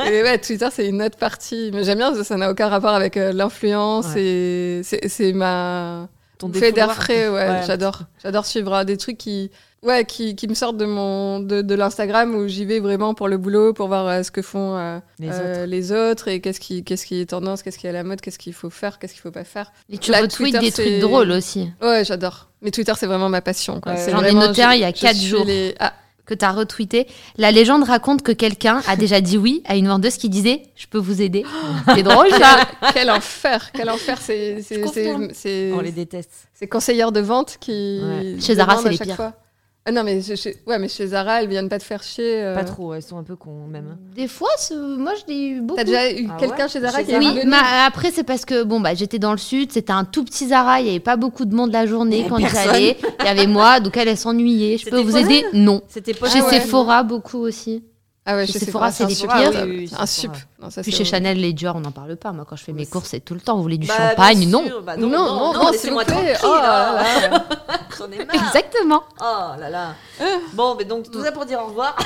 et ouais, Twitter, c'est une autre partie. Mais j'aime bien, ça- ça n'a aucun rapport avec euh, l'influence Ouais. et c'est c'est ma. Ton fait d'air défouloir. frais, ouais, Ouais. j'adore. J'adore suivre euh, des trucs qui, ouais, qui, qui me sortent de mon, de, de l'Instagram où j'y vais vraiment pour le boulot, pour voir euh, ce que font euh, Les euh, les autres et qu'est-ce qui, qu'est-ce qui est tendance, qu'est-ce qui est à la mode, qu'est-ce qu'il faut faire, qu'est-ce qu'il faut pas faire. Et tu Là, retweets Twitter, des trucs c'est- drôles aussi. Ouais, j'adore. Mais Twitter, c'est vraiment ma passion. quoi. Ouais. C'est J'en ai vraiment- noté un il y a je quatre suis jours. les- Ah, que tu as retweeté. La légende raconte que quelqu'un a déjà dit oui à une vendeuse qui disait Je peux vous aider. C'est drôle ça. quel enfer, quel enfer. C'est, c'est, c'est, c'est- On les déteste. c'est conseillère de vente qui. Ouais. Chez Zara, demande c'est à les chaque pires. fois. Ah non, mais, je- chez- ouais, mais chez Zara, elles viennent pas te faire chier. euh. Pas trop. Elles sont un peu cons même. hein. Des fois, ce- moi je l'ai eu beaucoup. T'as déjà eu Ah quelqu'un ouais chez Zara Chez qui est Oui, revenu mais après c'est parce que bon bah j'étais dans le sud, c'était un tout petit Zara, il n'y avait pas beaucoup de monde la journée quand j'y personne. allais. Il y avait moi, donc elle, elle s'ennuyait. Je peux C'était vous Fozan aider Non. C'était pas chez ouais. Sephora beaucoup aussi. Ah ouais, Chez chez Sephora, Sephora, c'est des insupportable. pires. Oui, oui, oui, Un Sephora. sup. Non, ça, Puis c'est chez horrible. Chanel, les Dior, on n'en parle pas. Moi quand je fais mes c'est- courses, c'est Bah, tout le temps. Vous voulez du Bah, champagne Non. Ah, Non, non, non, s'il vous laissez-moi plaît. tranquille. Oh là là. là. J'en ai marre. Exactement. Oh là là. Euh. Bon, mais donc tout ça pour dire au revoir.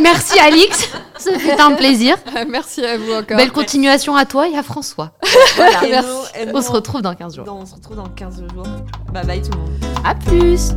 Merci Alix, ce fut un plaisir. Ah, Merci à vous encore. Belle continuation à toi et à François. Voilà. Merci. Et nous- et nous, On se retrouve dans 15 jours. dans- on se retrouve dans 15 jours. Bye bye tout le monde. À plus